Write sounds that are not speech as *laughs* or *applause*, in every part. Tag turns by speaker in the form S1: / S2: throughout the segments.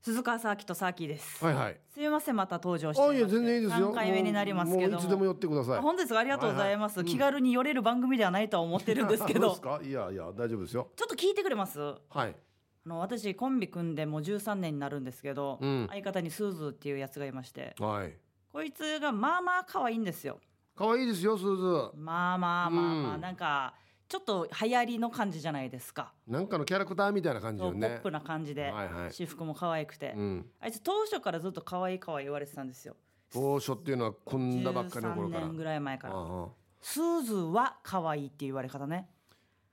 S1: 鈴川サーキとサーキーです。
S2: はいはい。
S1: すみませんまた登場して
S2: あいや全然いいですよ。
S1: 3回目になりますけど
S2: もうもういつでも寄ってください。
S1: あ本当ですかありがとうございます、
S2: はいはい
S1: 気軽に寄れる番組ではないとは思ってるんですけ
S2: *laughs* そう
S1: ど
S2: ですか。いやいや大丈夫ですよ。
S1: ちょっと聞いてくれますあ
S2: はい。
S1: の私コンビ組んでもう13年になるんですけど、
S2: うん
S1: 相方にスーズーっていうやつがいまして
S2: はい。
S1: こいつがまあまあ可愛いんですよ
S2: 可愛いですよすず。
S1: まあまあまあまあ、
S2: うん
S1: なんかちょっと流行りの感じじゃないですか、
S2: なんかのキャラクターみたいな感じ
S1: そう
S2: よ
S1: ポ
S2: ね
S1: ッ。プな感じで、
S2: はいはい
S1: 私服も可愛くて、
S2: うん。
S1: あいつ当初からずっと可愛い可愛い言われてたんですよ
S2: 当初っていうのはこんなばっかりの
S1: 13
S2: 頃から。
S1: 年ぐらい前から
S2: ああ
S1: スーズーは可愛いっていう言われ方ね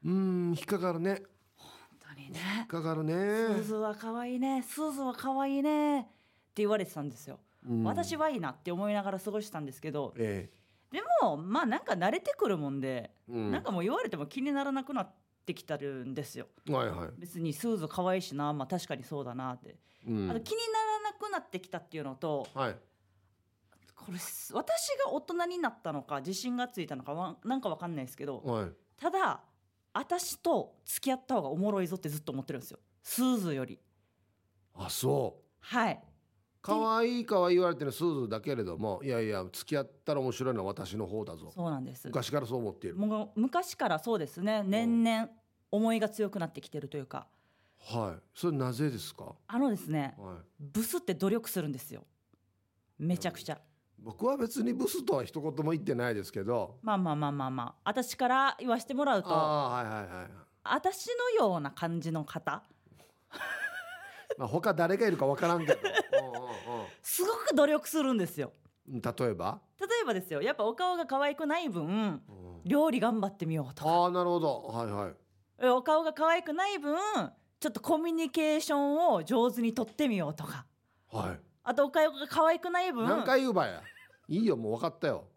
S2: うん引っかかるね。
S1: 本当に
S2: 引
S1: ね
S2: っかかるね。
S1: スーズーは可愛いねスーズーは可愛いねって言われてたんですよ、
S2: うん
S1: 私。はいいなって思いながら過ごしてたんですけど
S2: え
S1: でもまあなんか慣れてくるもんで、
S2: え。うん。
S1: なんかもう言われても気にならなくなってきてるんですよ
S2: はいはい。
S1: 別にスーズー可愛いしなまあ確かにそうだなって、
S2: うん
S1: あと。気にならなくなってきたっていうのと
S2: はい。
S1: これ私が大人になったのか自信がついたのかわなんかわかんないですけど、
S2: はい。
S1: ただ私と付き合った方がおもろいぞってずっと思ってるんですよスーズより
S2: あそう。
S1: はい
S2: 可愛い可愛い言われてるスーズだけれどもいやいや付き合ったら面白いのは私の方だぞ
S1: そうなんです
S2: 昔からそう思っている
S1: もう昔からそうですね年々思いが強くなってきてるというか
S2: はいそれなぜですか、は
S1: あのですね
S2: い、
S1: ブスって努力するんですよめちゃくちゃ
S2: 僕は別にブスとは一言も言ってないですけど
S1: まあまあまあまあまあ私から言わせてもらう
S2: あ
S1: と
S2: あはいはいはい、
S1: 私のような感じの方
S2: まあ、他誰がいるか分か
S1: *laughs*
S2: らんけどうんうん
S1: すごく努力するんですよ
S2: うん例えば、
S1: 例えばですよやっぱお顔が可愛くない分
S2: うん
S1: 料理頑張ってみようとか
S2: ああなるほどはいはい
S1: えお顔が可愛くない分ちょっとコミュニケーションを上手に取ってみようとか
S2: はい、
S1: あとお顔が可愛くない分
S2: 何回言うばやいいよもう分かったよ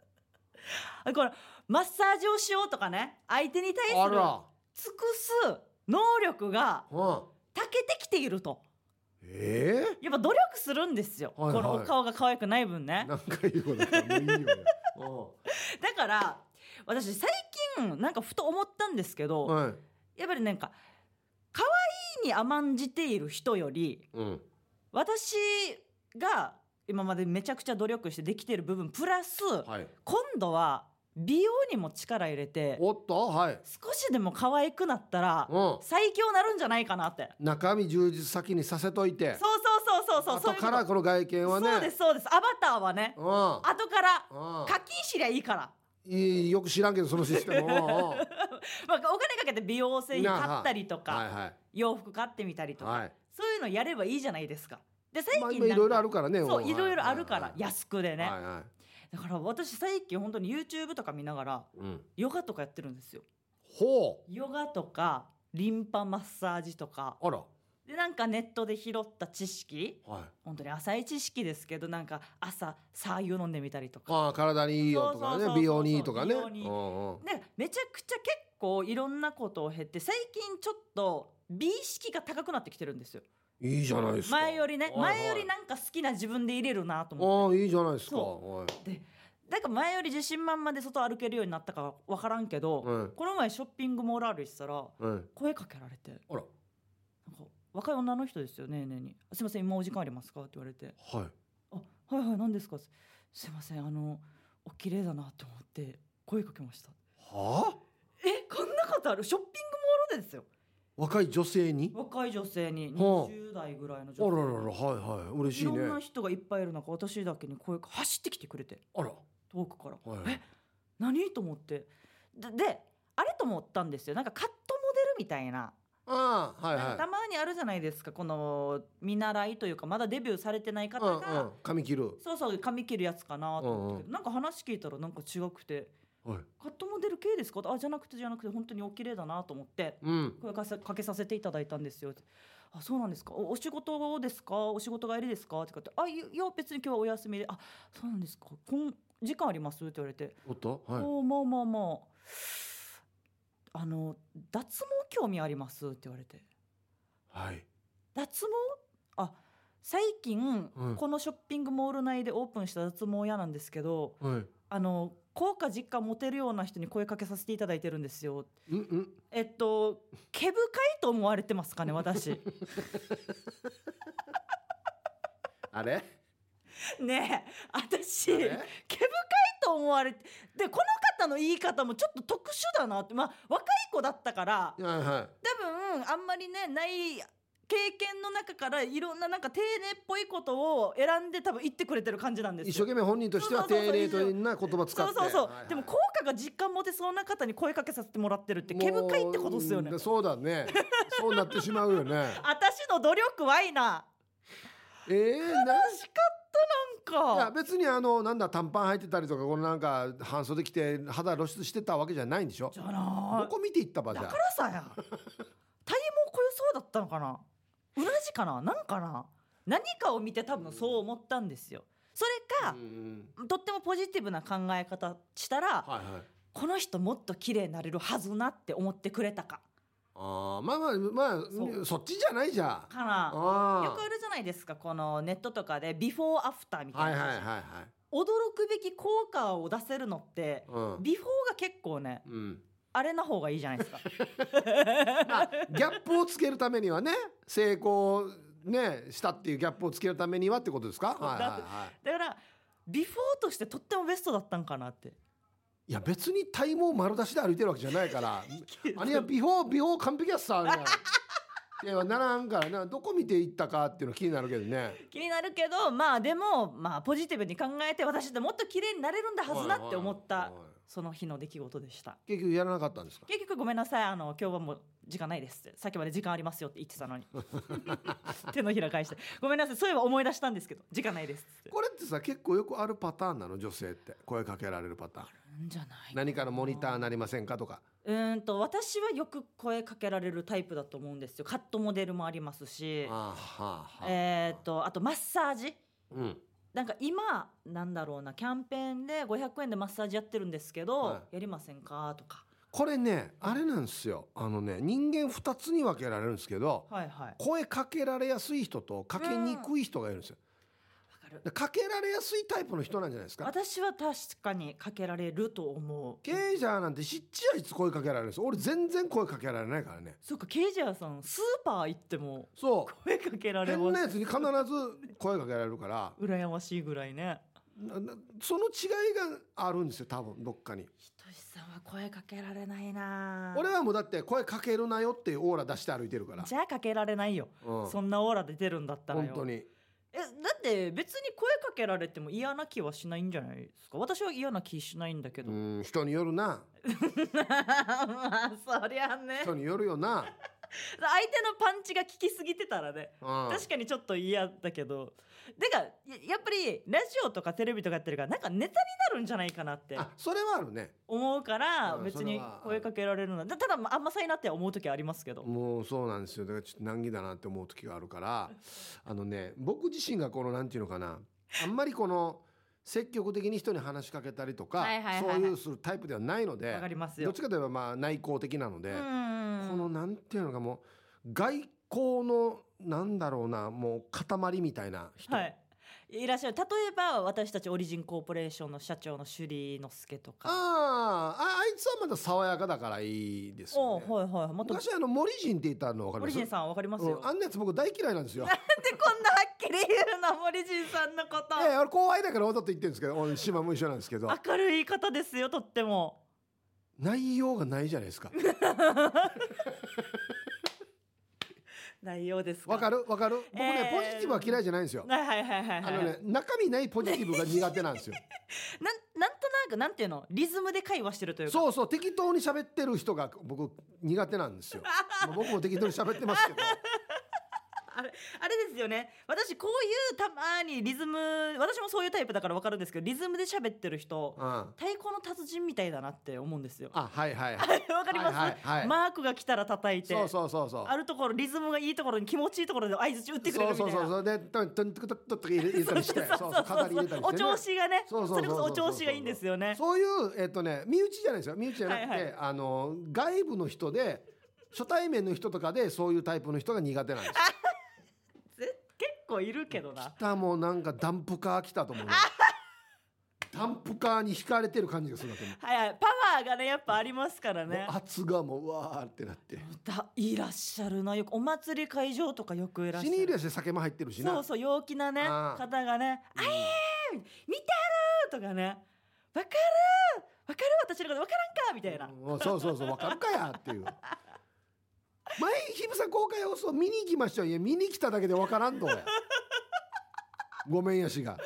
S1: あこれマッサージをしようとかね相手に対す
S2: あ
S1: る尽
S2: ら
S1: くす能力が
S2: うん
S1: 長けてきていると
S2: ええ
S1: やっぱ努力するんですよ、
S2: はいは
S1: こ
S2: い
S1: のお顔が可愛くない分ね
S2: 何回言うばだからもういいよ、ね、う
S1: だから私最近なんかふと思ったんですけど、
S2: んはい
S1: やっぱりなんか可愛いに甘んじている人より
S2: うん
S1: 私が今までめちゃくちゃ努力してできてる部分プラス
S2: はい
S1: 今度は美容にも力入れて
S2: おっとはい
S1: 少しでも可愛くなったら
S2: うん
S1: 最強なるんじゃないかなって
S2: 中身充実先にさせとい
S1: そ
S2: て
S1: うそうそうそうそう
S2: 後からこの外見
S1: そう
S2: はね
S1: そうですそうですアバターはね
S2: う
S1: 後から
S2: んうん
S1: 課金しりゃいいから、
S2: いいよく知らんけどそのシステムうんうん
S1: *laughs*
S2: はい
S1: まあ、お金かけて美容整
S2: なあ
S1: 備買ったりとか、
S2: は
S1: 洋服買ってみたり
S2: い
S1: とか、
S2: はい
S1: そういうのやればいいじゃないですかで最
S2: まあ
S1: 近
S2: 今いろいろある
S1: か
S2: からね
S1: らそ
S2: ん
S1: ういろいろあるか
S2: は
S1: ら
S2: いはい
S1: 安くでね、
S2: はいはい
S1: だから私最近本当に YouTube とか見ながら
S2: うん
S1: ヨガとかやってるんですよ
S2: ほ
S1: ヨガとかリンパマッサージとか
S2: うあら
S1: でなんかネットで拾った知識
S2: はい
S1: 本当に浅い知識ですけどなんか朝茶湯飲んでみたりとか
S2: ああ体にいいよ
S1: そ
S2: とか
S1: うそうそう
S2: ね
S1: そう
S2: 美容にいいとかね
S1: 美容にいい
S2: うんうん
S1: でめちゃくちゃ結構いろんなことを経て最近ちょっと美意識が高くなってきてるんですよ
S2: いいじゃないですか
S1: 前よりね
S2: はいはい
S1: 前よりなんか好きな自分でいれるなと思って
S2: ああいいじゃないですかは
S1: そ
S2: い
S1: なんか前より自信満々で外歩けるようになったか分からんけど、
S2: うん
S1: この前ショッピングモール歩いてたら
S2: うん
S1: 声かけられて
S2: あら
S1: なんか若い女の人ですよねえねえに「すいません今お時間ありますか?」って言われて
S2: はい
S1: 「あはいはい何ですか?」すいませんあのお綺麗だなと思って声かけました
S2: はあ
S1: えこんなことあるショッピングモールでですよ
S2: 若い女性に
S1: 若い女性に
S2: はあ
S1: 20代ぐらいの
S2: あら
S1: 女
S2: ら
S1: 性
S2: らはいはい嬉し
S1: い
S2: い
S1: ろ
S2: ね
S1: んな人がいっぱいいる中私だけに声か走ってきてくれて
S2: あら
S1: 遠くから
S2: はい
S1: え何と思ってでであれと思ったんですよなんかカットモデルみたいな
S2: ああはい
S1: なんか
S2: はい
S1: たまにあるじゃないですかこの見習いというかまだデビューされてない方が、
S2: うんうん、髪切る
S1: そうそう髪切るやつかなと思って、
S2: うんう
S1: なんか話聞いたらなんか違くて
S2: はい
S1: 「カットモデル系ですか?」あじゃなくてじゃなくて本当にお綺麗だなと思って
S2: うん
S1: 声かせかけさせていただいたんですよ「あそうなんですかおお仕事ですかお仕事帰りですか?」って言って「あいいや別に今日はお休みであそうなんですかこん時間あります?」って言われて
S2: おっとはい
S1: おもうもうもうあの脱毛興味ありますって言われて
S2: はい
S1: 脱毛あ最近、
S2: うん
S1: このショッピングモール内でオープンした脱毛屋なんですけど
S2: はい
S1: あの効果実感持てるような人に声かけさせていただいてるんですよ
S2: うんうん
S1: えっ
S2: *laughs*
S1: と毛深いと思われてますかね私
S2: あ *laughs* れ
S1: ねえ私
S2: あ
S1: 毛深
S2: れ
S1: いと思われてでこの方の言い方もちょっと特殊だなってまあ若い子だったから
S2: はいは
S1: 多分あんまりねない経験の中からいろんななんか丁寧っぽいことを選んで多分言ってくれてる感じなんで
S2: い一
S1: す
S2: 生
S1: よ。
S2: 懸命本人としては
S1: そうそうそう
S2: 丁寧とな言葉使
S1: そ
S2: っ
S1: う
S2: て
S1: そうそう、
S2: はいはい
S1: でも効果が実感持てそうな方に声かけさせてもらってるって毛深いってことですよね
S2: もううんそうだねそうなってしまう
S1: *laughs*
S2: よね
S1: 私の努力はいな
S2: えー、なん
S1: 惜しかったな
S2: いや
S1: んか
S2: 別にあのなんだ短パン履いてたりとかこのなんか半袖着て肌露出してたわけじゃないんでしょ
S1: じゃ
S2: ど
S1: な
S2: こ見ていったば
S1: い
S2: じ
S1: だ
S2: ゃ
S1: か
S2: あ
S1: らさや体毛濃よそうだったのかなうなじかななんかな何かを見て多分そう思ったんですよそれか
S2: うん、うん
S1: とってもポジティブな考え方したら、
S2: はいはい
S1: この人もっと綺麗になれるはずなって思ってくれたか
S2: あーまあまあまあ
S1: そ
S2: そっちじゃないじゃん
S1: かな
S2: あー
S1: よくあるじゃないですかこのネットとかでビフォーアフターみた
S2: はいい
S1: な、
S2: はいはいはい
S1: 驚くべき効果を出せるのって
S2: うん
S1: ビフォーが結構ね
S2: うん、
S1: あれな方がいいじゃないですか
S2: まあギャップをつけるためにはね成功ねしたっていうギャップをつけるためにはってことですか
S1: そう
S2: はいはいはい
S1: だからビフォーとしてとってもベストだったんかなって
S2: いや別に体毛丸出しで歩いてるわけじゃないか
S1: *laughs*
S2: らあれはビフォービフォー完璧やっさあれはいやならんからなどこ見ていったかっていうの気になるけどね
S1: 気になるけどまあでもまあポジティブに考えて私ってもっと綺麗になれるんだはずなって思っ
S2: はいは
S1: た
S2: いはい
S1: その日の出来事でした
S2: 結局やらなかったんですか
S1: 結局ごめんなさいあの今日はもう時間ないですってさっきまで時間ありますよって言ってた
S2: *laughs*
S1: のに手のひら返してごめんなさいそういえば思い出したんですけど時間ないですって
S2: これってさ結構よくあるパターンなの女性って声かけられるパターン
S1: なんじゃない
S2: 何かのモニターなりませんかとか
S1: うーんと私はよく声かけられるタイプだと思うんですよカットモデルもありますし
S2: あーはあはあ
S1: えー、とあとマッサージ
S2: うん
S1: なんか今なんだろうなキャンペーンで500円でマッサージやってるんですけど、
S2: は
S1: やりませんかとか
S2: これねあれなんですよあのね人間2つに分けられるんですけど
S1: はいはいわ
S2: 声かけられやすい人とかけにくい人がいるんですよ
S1: かる
S2: でかけられやすいタイプの人なんじゃないですか
S1: 私は確かにかけられると思う
S2: ケイジャーなんてしっちゃいつ声かけられるんです俺全然声かけられないからね
S1: そうかケイジャーさんスーパー行っても
S2: そ
S1: 声かけら
S2: う
S1: れ
S2: 変
S1: ま
S2: な
S1: す
S2: やつに必ず声かけられるから
S1: 羨ましいぐらいね
S2: ななその違いがあるんですよ多分どっかに
S1: ひとしさんは声かけられないな
S2: 俺はもうだって声かけるなよっていうオーラ出して歩いてるから
S1: じゃあかけられないよ、
S2: うん
S1: そんなオーラ出てるんだったらよ
S2: 本当に
S1: えだって別に声かけられても嫌な気はしないんじゃないですか私は嫌な気しないんだけど、*laughs*
S2: う
S1: ま
S2: ん人によるな
S1: あそりゃね
S2: 人によるよな、
S1: 相手のパンチが効きすぎてたらね
S2: うん、
S1: 確かにちょっと嫌だけどだからややっぱりラジオとかテレビとかやってるからなんかネタになるんじゃないかなって
S2: あそれはあるね
S1: 思うから
S2: うん
S1: 別
S2: それ
S1: に
S2: は
S1: 声かけられるのはだただまああんまさいなって思う時はありますけど
S2: もうそうなんですよだからちょっと難儀だなって思う時があるからあのね僕自身がこのなんていうのかなあんまりこの積極的に人に話しかけたりとか
S1: はいはいはい
S2: そ
S1: は
S2: う
S1: い
S2: いうするタイプではないので
S1: わかります
S2: どっ
S1: よ
S2: ちかといえばまあ内向的なので、
S1: う
S2: こ
S1: ん
S2: のなんていうのかもう外交のなんだろうなもう塊みたいな人、
S1: はいいらっしゃる例えば私たちオリジンコーポレーションの社長の首里之助とか
S2: あーああいつはまだ爽やかだからいいです
S1: お
S2: よ、
S1: う
S2: ね。
S1: はいはいもっと
S2: 昔あの森人って言ったの分か
S1: オ
S2: りま
S1: リ
S2: す
S1: ジンさんわかりますよ、
S2: うんあんなやつ僕大嫌いなんですよ。
S1: でこんなはっきり言うの森陣さんのこと
S2: いやいや俺後輩だからわざと言ってるんですけど俺島も一緒なんですけど
S1: 明るい方ですよとっても
S2: 内容がないじゃないですか
S1: 内容です
S2: わかるわかる僕ね、
S1: えー
S2: ポジティブは嫌いじゃないんですよ、
S1: はいはいはいはい、はい、
S2: あのね中身ないポジティブが苦手なんですよ
S1: なんなんとなくなんていうのリズムで会話してるというか
S2: そうそう適当に喋ってる人が僕苦手なんですよ、まあ僕も適当に喋ってますけど
S1: あれあれですよね私こういうたまにリズム私もそういうタイプだから分かるんですけどリズムで喋ってる人
S2: うん
S1: 太鼓の達人みたいだなって思うんですよわ
S2: あはいはいはい
S1: かります、
S2: はいはいはい
S1: マークが来たら叩いて
S2: そうそうそうそう
S1: あるところリズムがいいところに気持ちいいところで相槌打ってくれ
S2: そ
S1: るみたい
S2: うそ
S1: な
S2: うそうそうでトントントントントンとか入れ入れたりしてそうそう飾り入れたりし
S1: お
S2: て、ね、
S1: 調子がね
S2: そうそうそうそう
S1: れこそお調子がいいんですよね
S2: そういう、えっとね、身内じゃないですよ。身内じゃなくて、
S1: はいはい
S2: あの、外部の人で、初対面の人とかで、そういうタイプの人が苦手なんです。
S1: ぜ結構いるけどな
S2: 来たもうなんかダンプカー来たと思う。ダンプカーに惹かれてる感じがするんだと思う。
S1: はいはいパーがねやっぱありますから
S2: もう
S1: ね
S2: 圧がもううわーってなって
S1: だいらっしゃるなよくお祭り会場とかよくいらっし
S2: 死
S1: ゃ
S2: に入
S1: る
S2: れして酒も入ってるしな
S1: そうそう陽気なね
S2: あー
S1: 方がね「あ
S2: うん
S1: 見てる!」とかね「わかるわかる私のことわからんか!」みたいな
S2: うんそうそうそうわかるかやっていう前日ぶさ公開放送見に行きましたよいや見に来ただけでわからんとやごめんやしが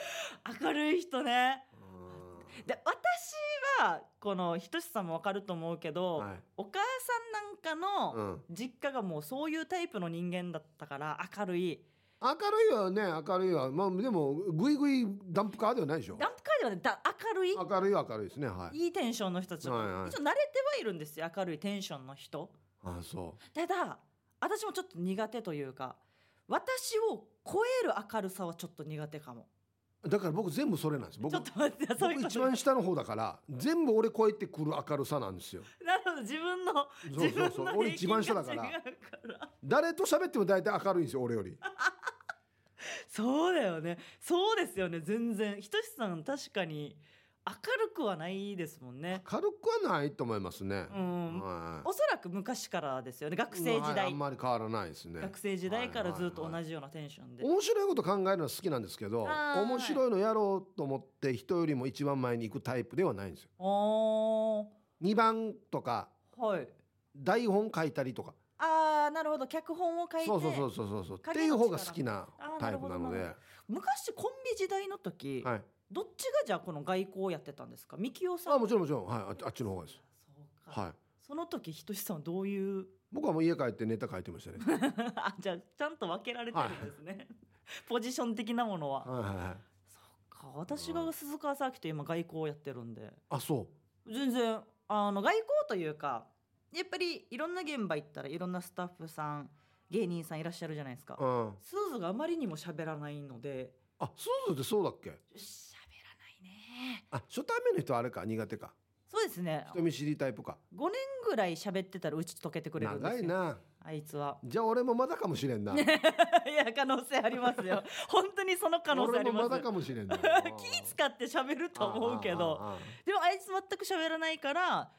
S1: 明るい人ね
S2: う
S1: で私はこのひとしさんもわかると思うけど、
S2: んはい
S1: お母さんなんか
S2: う
S1: の
S2: ん
S1: 実家がもうそういうタイプの人間だったから明るい
S2: 明るいはね明るいはまあでもグイグイダンプカーではないでしょ
S1: ダンプカーではねだ明るい
S2: 明るいは明るいですねはい
S1: いいテンションの人たち、
S2: はいは
S1: 一応慣
S2: い
S1: れてはいるんですよ明るいテンションの人
S2: あそ
S1: ただ私もちょっと苦手というか私を超える明るさはちょっと苦手かも
S2: うだから僕全部それなんです僕
S1: ちょっと待ってそういう
S2: 僕
S1: こ
S2: 一
S1: と
S2: 番下の方だから全部俺超えてくる明るさなんですよ
S1: なるほど自分の
S2: そう
S1: 自
S2: そ
S1: 分
S2: うそう
S1: の
S2: 俺
S1: 平
S2: 一
S1: 均
S2: 番下
S1: が
S2: だから
S1: 違うから
S2: 誰と喋っても大体明るいんですよ俺より
S1: そうだよねそうですよね全然ひとしさん確かに明るくはないですもんね
S2: 軽くはないと思いますね、
S1: うん
S2: はい
S1: おそらく昔からですよね学生時
S2: はいあ
S1: 代、
S2: んまり変わらないですね
S1: 学生時代からずっと
S2: はいは
S1: 同じようなテンションで、
S2: 面白いこと考えるのは好きなんですけど
S1: あー
S2: 面白いのやろうと思って人よりも一番前に行くタイプではないんですよ
S1: お
S2: 2番とか
S1: ーはい
S2: 台本書いたりとか
S1: あーなるほど脚本を書いて
S2: そうそうそうそうそうそうって
S1: 影
S2: い
S1: の
S2: う
S1: 力
S2: 方が好きな
S1: あー
S2: タ
S1: な
S2: イ
S1: る
S2: プ
S1: ほ
S2: な
S1: ど
S2: ので
S1: な昔コンビ時代の時、
S2: はい、
S1: どっちがじゃあこの外交をやってたんですかみきおさん
S2: あもちろんもちろん、はい、ああっちの方がです、
S1: そうか、
S2: はい、
S1: その時ひとしさんはどういう *laughs*
S2: 僕はもう家帰ってネタ書いてましたね
S1: あじゃあちゃんと分けられてるんですね、 *laughs* ポジション的なものは
S2: はいはいはい
S1: そっか私が鈴川さきと今外交をやってるんで
S2: あそ
S1: 全然あの外交というかやっぱりいろんな現場行ったらいろんなスタッフさん芸人さんいらっしゃるじゃないですか
S2: う、うん、
S1: スーズがあまりにも喋らないので
S2: あそうってそうだっけ
S1: 喋らないね
S2: あ初対面の人はあれか苦手か
S1: そうですね
S2: 人見知りタイプか
S1: 5年ぐらい喋ってたら打ち解けてくれるんです
S2: 長
S1: よ
S2: いな
S1: あいつは *laughs*
S2: じゃあ俺もまだかもしれんな
S1: いや可能性あります
S2: *laughs*
S1: よ本当にその可能性あ
S2: 俺
S1: り
S2: も
S1: ま
S2: ますだ
S1: よ
S2: かもしれんな
S1: *laughs* 気使って喋ると思うけど
S2: あああああ
S1: でもあいつ全く喋らないから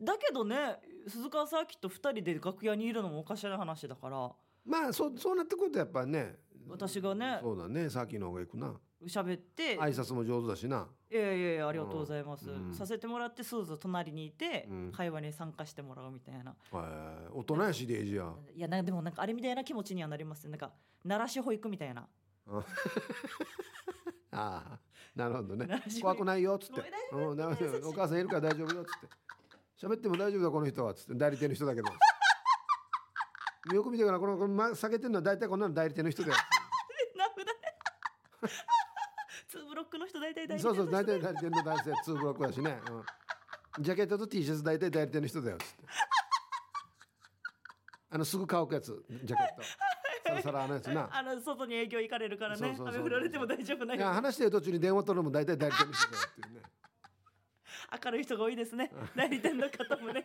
S1: だけどね鈴川サーキット2人で楽屋にいるのもおかしな話だから
S2: まあそうそうなってくるとやっぱね
S1: 私がね
S2: そうだねさっきの方がいくな
S1: 喋って
S2: 挨拶も上手だしな
S1: 「いやいやいやありがとうございます」
S2: うん
S1: させてもらってスーズと隣にいて、
S2: うん
S1: 会話に参加してもらうみたいな
S2: えー大人やしデイジや
S1: いやなでもなんかあれみたいな気持ちにはなりますねなんか奈良市保育みたいな
S2: ああなるほどね
S1: なじみ
S2: 怖くないよっつって
S1: ごめん
S2: うんなるほ
S1: *laughs*
S2: どお母さんいるから大丈夫よっつって喋っても大丈夫だこの人はっつって代理店の人だけどよく見てからこのこのま下げてるのは大体こんなの代理店の人だよ
S1: 名札ねツーブロックの人大 *laughs* 体大体
S2: そうそう大体代理店の男性ツーブロックだしね、うん、ジャケットと T シャツ大体代理店の人だよっつってあのすぐ乾くやつジャケット
S1: *laughs*
S2: サラサラのやつな
S1: あの外に営業行かれるから
S2: そうそ
S1: ね
S2: うそう
S1: 雨降られても大丈夫ないい
S2: や話してる途中に電話取るのも大体代理店の人だよっていうね
S1: 明るい人が多いですね代理店の方も
S2: *laughs*
S1: ね *laughs*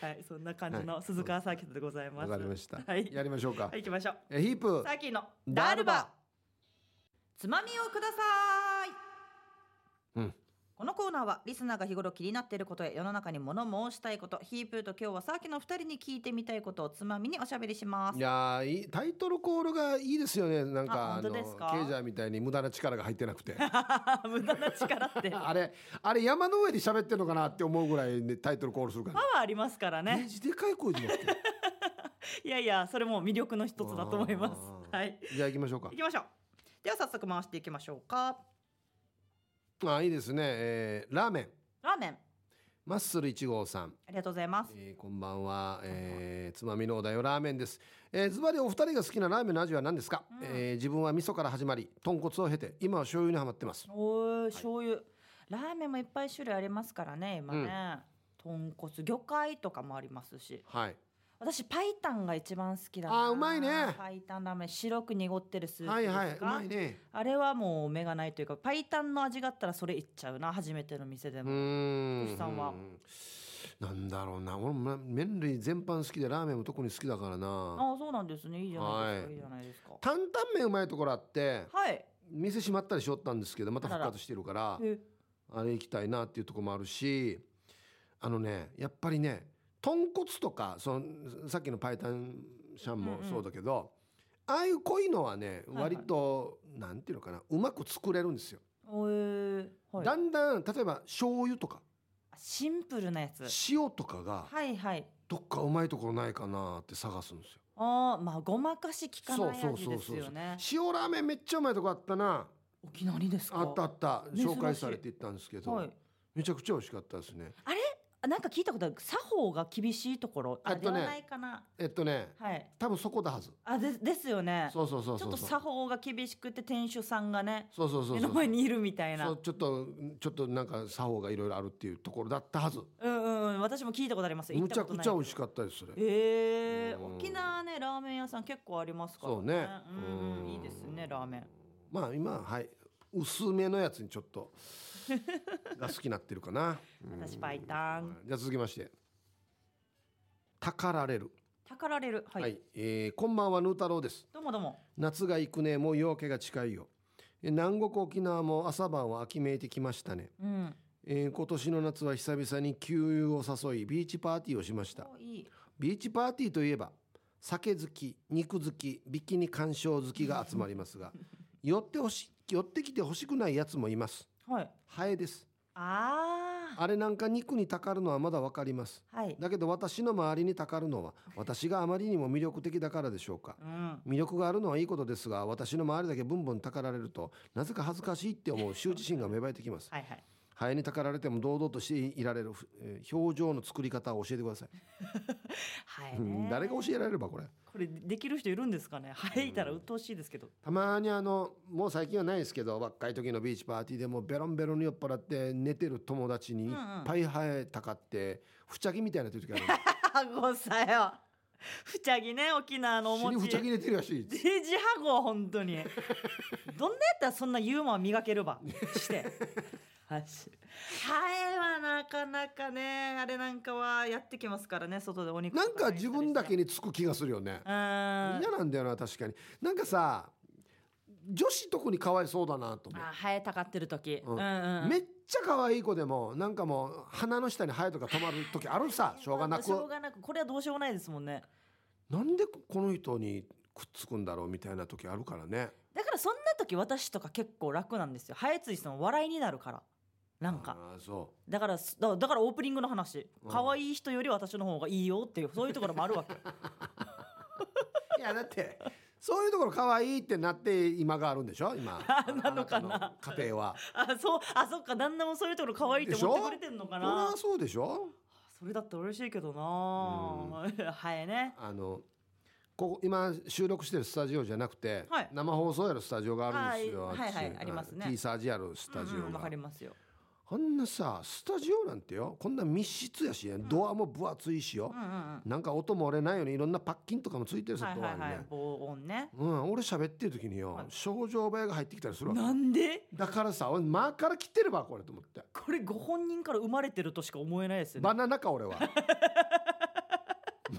S1: はいそんな感じの鈴川サーキットでございま
S2: わ
S1: す
S2: かりました、
S1: はい
S2: やりましょうか、
S1: はい行きましょう
S2: えヒープ
S1: サーキーの
S2: ダ
S1: ダ
S2: ー
S1: ー
S2: ル
S1: ル
S2: バ
S1: バつまみをください、
S2: うん
S1: このコーナーはリスナーが日頃気になっていることや世の中に物申したいことヒープーと今日はサーキーの二人に聞いてみたいことをつまみにおしゃべりします
S2: いやーいいタイトルコールがいいですよねなんか
S1: あ
S2: あ
S1: 本当
S2: のケ
S1: ですか
S2: イジャーみたいに無駄な力が入ってなくて
S1: *laughs* 無駄な力ってパワ
S2: あれあれ山の上で喋ってるのかなって思うぐらいでタイトルコールするから、
S1: ーありますから
S2: ね、デ
S1: ね
S2: ジでかい声でやって
S1: *laughs*
S2: る
S1: いやいやそれも魅力の一つだと思います
S2: あー
S1: はい
S2: じゃあ行きましょうか
S1: 行きましょうでは早速回していきましょうか
S2: あいいですね、えーラーメン
S1: ラーメンあ
S2: マッスル1号さん、
S1: りがとうございます
S2: えーこんばんは、えーつまみのお題はラーメンです、えー、ズバリお二人が好きなラーメンの味は何ですか、
S1: うん
S2: えー自分は味噌から始まり豚骨を経て今は醤油にはまってます
S1: おー醤油、ラーメンもいっぱい種類ありますからね今ね、豚骨魚介とかもありますし
S2: はい
S1: 私パイタンが一番好きだな
S2: あーうまいね
S1: パイタンラーメン白く濁ってるスープ
S2: はい
S1: ですか、
S2: はいうまいね
S1: あれはもう目がないというかパイタンの味があったらそれいっちゃうな初めての店で
S2: う
S1: も、
S2: ー
S1: 牛
S2: ん
S1: さんは
S2: なんだろうな俺もな麺類全般好きでラーメンも特に好きだからな
S1: ああそうなんですねいいじゃないですか、
S2: はい
S1: い、いじゃないですか
S2: 担々麺うまいところあって
S1: はい
S2: 店閉まったりしよったんですけどまた復活してるから
S1: え
S2: あれ行きたいなっていうとこもあるしあのねやっぱりね豚骨とかそのさっきのパイタンシャン
S1: う
S2: も
S1: んうん
S2: そうだけど、ああいう濃いのはね
S1: はい
S2: 割と、なんていうのかなうまく作れるんですよ、
S1: おえーはい
S2: だんだん例えば醤油とか
S1: シンプルなやつ
S2: 塩とかが
S1: はいはい
S2: どっかうまいところないかなって探すんですよ
S1: ああまあごまかし効かない
S2: そうそう
S1: 味
S2: そう
S1: です
S2: そう
S1: よね
S2: 塩ラーメンめっちゃうまいとこあったな
S1: 沖縄にですか
S2: あったあった
S1: 珍しい
S2: 紹介されて行ったんですけど、
S1: はい
S2: めちゃくちゃ美味しかったですね
S1: あなんか聞いたことある作法が厳しいところ
S2: あ
S1: あ
S2: と
S1: では
S2: ね
S1: ないかな
S2: えっとね
S1: はい
S2: 多分そこだはず
S1: あでですよね
S2: そうそうそう
S1: ち
S2: そ
S1: ょっ
S2: う
S1: と
S2: そう
S1: 作法が厳しくて店主さんがね
S2: そうそうそう
S1: 目
S2: そ
S1: の前
S2: う
S1: にいるみたいな
S2: そうちょっとちょっとなんか作法がいろいろあるっていうところだったはず
S1: うんうんうん私も聞いたことあります行
S2: む
S1: っ
S2: ち
S1: た
S2: ゃ
S1: こと
S2: く
S1: ない
S2: ちゃ美味しかったですそれ
S1: ええ
S2: うん
S1: 沖縄ねラーメン屋さん結構ありますから
S2: そうね
S1: うん
S2: う
S1: うんんいいですねラーメン
S2: まあ今ははい薄めのやつにちょっ
S1: *laughs*
S2: とが好きになってるかなうん
S1: 私白湯た
S2: じゃあ続きまして「たかられる」
S1: かられるは、
S2: はいい、えーこんばんはぬうたろうです
S1: どうもどうも
S2: 夏が行くねもう夜明けが近いよえ南国沖縄も朝晩は秋めいてきましたね、
S1: うん
S2: えー今年の夏は久々に給油を誘いビーチパーティーをしました
S1: おいい
S2: ビーチパーティーといえば酒好き肉好きビキニ鑑賞好きが集まりますが *laughs* 寄ってほし寄ってきてほしくないやつもいます
S1: はい
S2: ハエです
S1: あ
S2: あれなんか肉にたかるのはまだわかります
S1: あはい
S2: だけど私の周りにたかるのは私があまりにも魅力的だからでしょうか
S1: うん
S2: 魅力があるのはいいことですが私の周りだけブンブンたかられるとなぜか恥ずかしいっ
S1: *laughs*
S2: て思う羞恥心が芽生えてきます
S1: はいはい
S2: ハエにたかられても堂々としていられる、えー表情の作り方を教えてください、
S1: はい、
S2: うん
S1: ね、
S2: 誰が教えられればこれ
S1: これできる人いるんですかねはいいたら鬱陶しいですけど
S2: たまにあのもう最近はないですけど若い時のビーチパーティーでもうベロンベロンに酔っ払って寝てる友達にいっぱいハエたかってふちゃぎみたいな時が
S1: *laughs*
S2: ある
S1: ハゴさよふちゃぎね沖縄のお
S2: 尻
S1: 餅
S2: ふちゃぎれてるらし
S1: *laughs*
S2: い
S1: デージハゴ本当にどんなやったらそんなユーモア磨けるばしてはしハエはなかなかねあれなんかはやってきますからね外でお肉
S2: なんか自分だけ
S1: に
S2: につく気がするよね
S1: うんあ
S2: 嫌なんだよな確かになんかさ女子特にかわいそうだなと思う
S1: ハエたかってる時、
S2: う
S1: うんん、うん
S2: めっちゃ可愛い子でもなんかもう鼻の下にハエとか止まる時ある
S1: *laughs*
S2: さしょうがなく
S1: しょうがなくこれはどうしようもないですもんね
S2: なんでこの人にくっつくんだろうみたいな時あるからね
S1: だからそんな時私とか結構楽なんですよハエついその笑いになるからなんか
S2: あーそ
S1: だからすだだからオープニングの話
S2: うん
S1: 可愛い人より私の方がいいよっていうそういうところもある
S2: *laughs*
S1: わけ
S2: ういやだってそういうところ可愛いってなって今があるんでしょ今
S1: *laughs* なのかな
S2: あたの家庭は
S1: あそうあそっか旦那もそういうところ可愛いって
S2: でしょ
S1: 思ってくれてんのか
S2: これは
S1: な
S2: そうでしょ
S1: それだって嬉しいけどなハエね
S2: あのここ今収録してるスタジオじゃなくて、
S1: はい
S2: 生放送やるスタジオがあるんですよ、
S1: はいはいはい
S2: あっちに
S1: ありますね
S2: T サージやるスタジオ
S1: うんうんわ
S2: が
S1: かりますよ
S2: あんなさスタジオなんてよこんな密室やしドアも分厚いしよ
S1: うん、うんうん
S2: なんか音も折れないようにいろんなパッキンとかもついてるさ、
S1: はいはい
S2: ドア
S1: は
S2: に
S1: い
S2: ね、
S1: 防音ね
S2: うん、俺喋ってる時によ、
S1: はい
S2: 症状部屋が入ってきたりするわけ
S1: なんで
S2: だからさ俺間から来てればこれと思って
S1: これご本人から生まれてるとしか思えないですよね
S2: バナナか俺
S1: *laughs*
S2: は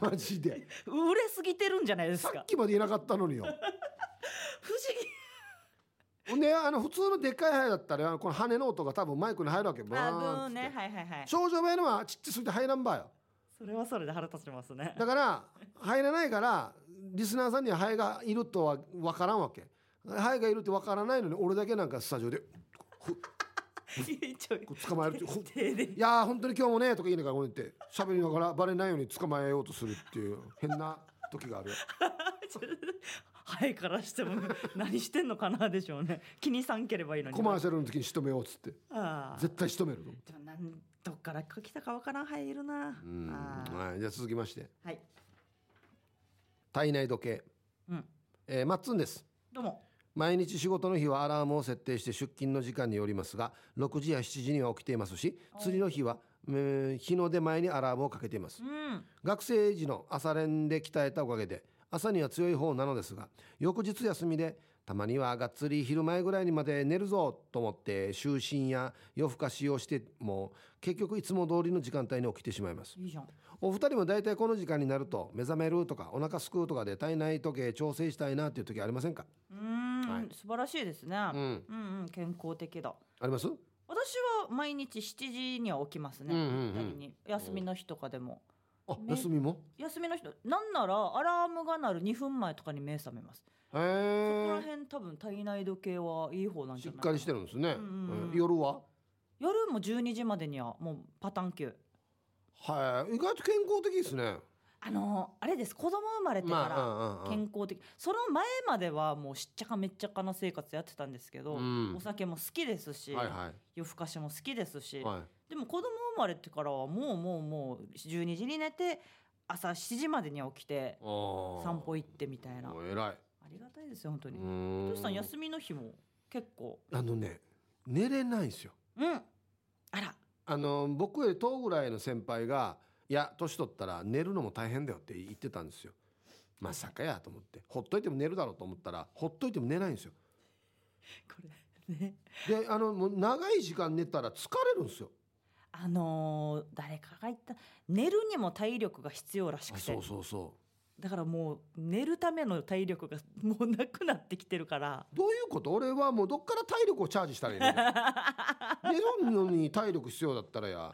S2: マジで
S1: 売れすぎてるんじゃないです
S2: さ
S1: か
S2: っきまでいなかったのによ
S1: 不思議
S2: ほんであの普通のでっかいハエだったらこの羽の音が多分マイクに入るわけバ
S1: あ
S2: ー
S1: ー
S2: ンっつって、
S1: ねはいはいはい
S2: 症状部屋のはちっちゃすぎて入らんばよ
S1: それはそれで腹立ちますね
S2: だから入らないからリスナーさんにはハエがいるとは分からんわけハエがいるって分からないのに俺だけなんかスタジオでふこ
S1: ちょいう
S2: 捕まえるって
S1: *laughs*
S2: ふ
S1: 手で
S2: いやー本当に今日もねとか言いながらこうやって喋りながらバレないように捕まえようとするっていう変な時があ
S1: *laughs*
S2: るよ
S1: ちょハエからしても何してんのかなでしょうね気にさんければいいのに
S2: コマーシャルの時に仕留めようっつって
S1: ああ
S2: 絶対仕留めるの
S1: でもなんどっから来たかわからんハエいるな
S2: うん
S1: ああ
S2: はいじゃあ続きまして
S1: はい
S2: 体内時計、
S1: うん
S2: えーマッツンです
S1: どうも
S2: 毎日仕事の日はアラームを設定して出勤の時間によりますが6時や7時には起きていますし釣りの日は、うん日の出前にアラームをかけています
S1: うん
S2: 学生時の朝練で鍛えたおかげで朝には強い方なのですが翌日休みでたまにはがっつり昼前ぐらいにまで寝るぞと思って就寝や夜更かしをしても結局いつも通りの時間帯に起きてしまいます
S1: いいじゃん
S2: お二人も大体この時間になると目覚めるとかお腹すくうとかで体内時計調整したいなっていう時ありませんか
S1: うーん、
S2: はい
S1: 素晴らしいですね、
S2: うん
S1: うんうん健康的だ
S2: あります
S1: 私は毎日7時には起きますね、
S2: うんうんうん
S1: なりに休みの日とかでも、
S2: あ
S1: ね
S2: 休みも
S1: 休みの日なんならアラームが鳴る2分前とかに目覚めます、
S2: へ
S1: そこら
S2: え
S1: 辺多分体内時計はいい方なんじ
S2: し
S1: ゃ
S2: っ
S1: ない
S2: かりしてるんですね、
S1: うんうんうん
S2: うん夜は
S1: 夜も12時までにはもうパターン級
S2: はい意外と健康的ですね
S1: あのあれです子供生まれてから
S2: まあうんうん
S1: 健康的、その前まではもうしっちゃかめっちゃかな生活やってたんですけど、
S2: うん
S1: お酒も好きですし、
S2: うんはいは
S1: 夜更かしも好きですし、
S2: いはい
S1: でも子供生まれてからはもうもうもう12時に寝て朝7時までには起きて散
S2: 散
S1: 歩行ってみたいなあ
S2: もう偉い
S1: りがたいですよ本当
S2: う
S1: に。
S2: ーん
S1: トシさん休みの日も結構
S2: あのね寝れないんですよ
S1: うんあら
S2: あの僕より遠ぐらいの先輩が「いや年取ったら寝るのも大変だよ」って言ってたんですよまさかやと思ってほっといても寝るだろうと思ったらほっといても寝ないんですよ
S1: これね
S2: であのもう長い時間寝たら疲れるんですよ
S1: あのー誰かが言った寝るにも体力が必要らし
S2: あ
S1: くて
S2: そうそうそ
S1: だからもう寝るための体力が *laughs* もうなくなってきてるから
S2: うどういうこと俺はもうどっから体力をチャージした
S1: *laughs*
S2: らいいのじゃあ寝るのに体力必要だったらや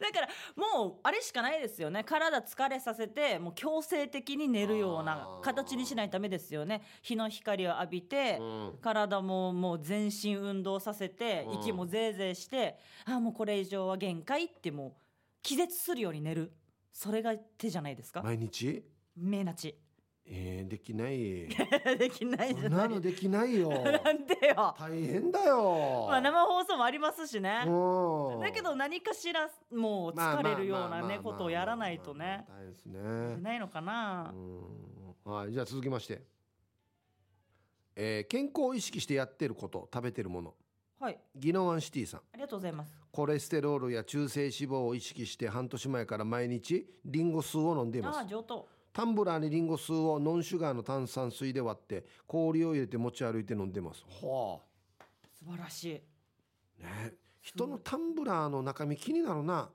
S1: だからもうあれしかないですよね体疲れさせてもう強制的に寝るような
S2: あー
S1: 形にしないためですよね日の光を浴びて、
S2: うん
S1: 体ももう全身運動させて
S2: うん
S1: 息もぜいぜいして、ああもうこれ以上は限界ってもう気絶するように寝るそれが手じゃないですか
S2: 毎日
S1: 目なち *laughs*
S2: えー、できない
S1: でき *laughs* ない
S2: こ
S1: じゃ
S2: ん
S1: な
S2: ないのできな
S1: *laughs*
S2: いよ
S1: なんでよ、
S2: 大変だよ、
S1: まあ、生放送もありますしね
S2: うん
S1: だけど何かしらもう
S2: まあ
S1: 疲れるよう
S2: まあ
S1: な
S2: まあ
S1: ね
S2: まあ
S1: ことをやらないとね
S2: まあまあ大変ですね。
S1: いけないのかな
S2: うんはい、じゃあ続きまして。えー健康を意識してやってること、食べてるもの。
S1: はい
S2: ギノワンシティさん。
S1: ありがとうございます
S2: コレステロールや中性脂肪を意識して半年前から毎日リンゴ酢を飲んでい
S1: あ
S2: ま
S1: あ
S2: す。
S1: 上等
S2: タンブラーにリンゴ酢をノンシュガーの炭酸水で割って氷を入れて持ち歩いて飲んでます。は
S1: 素晴らし
S2: あ。ね。人のタンブラーの中身気になるな。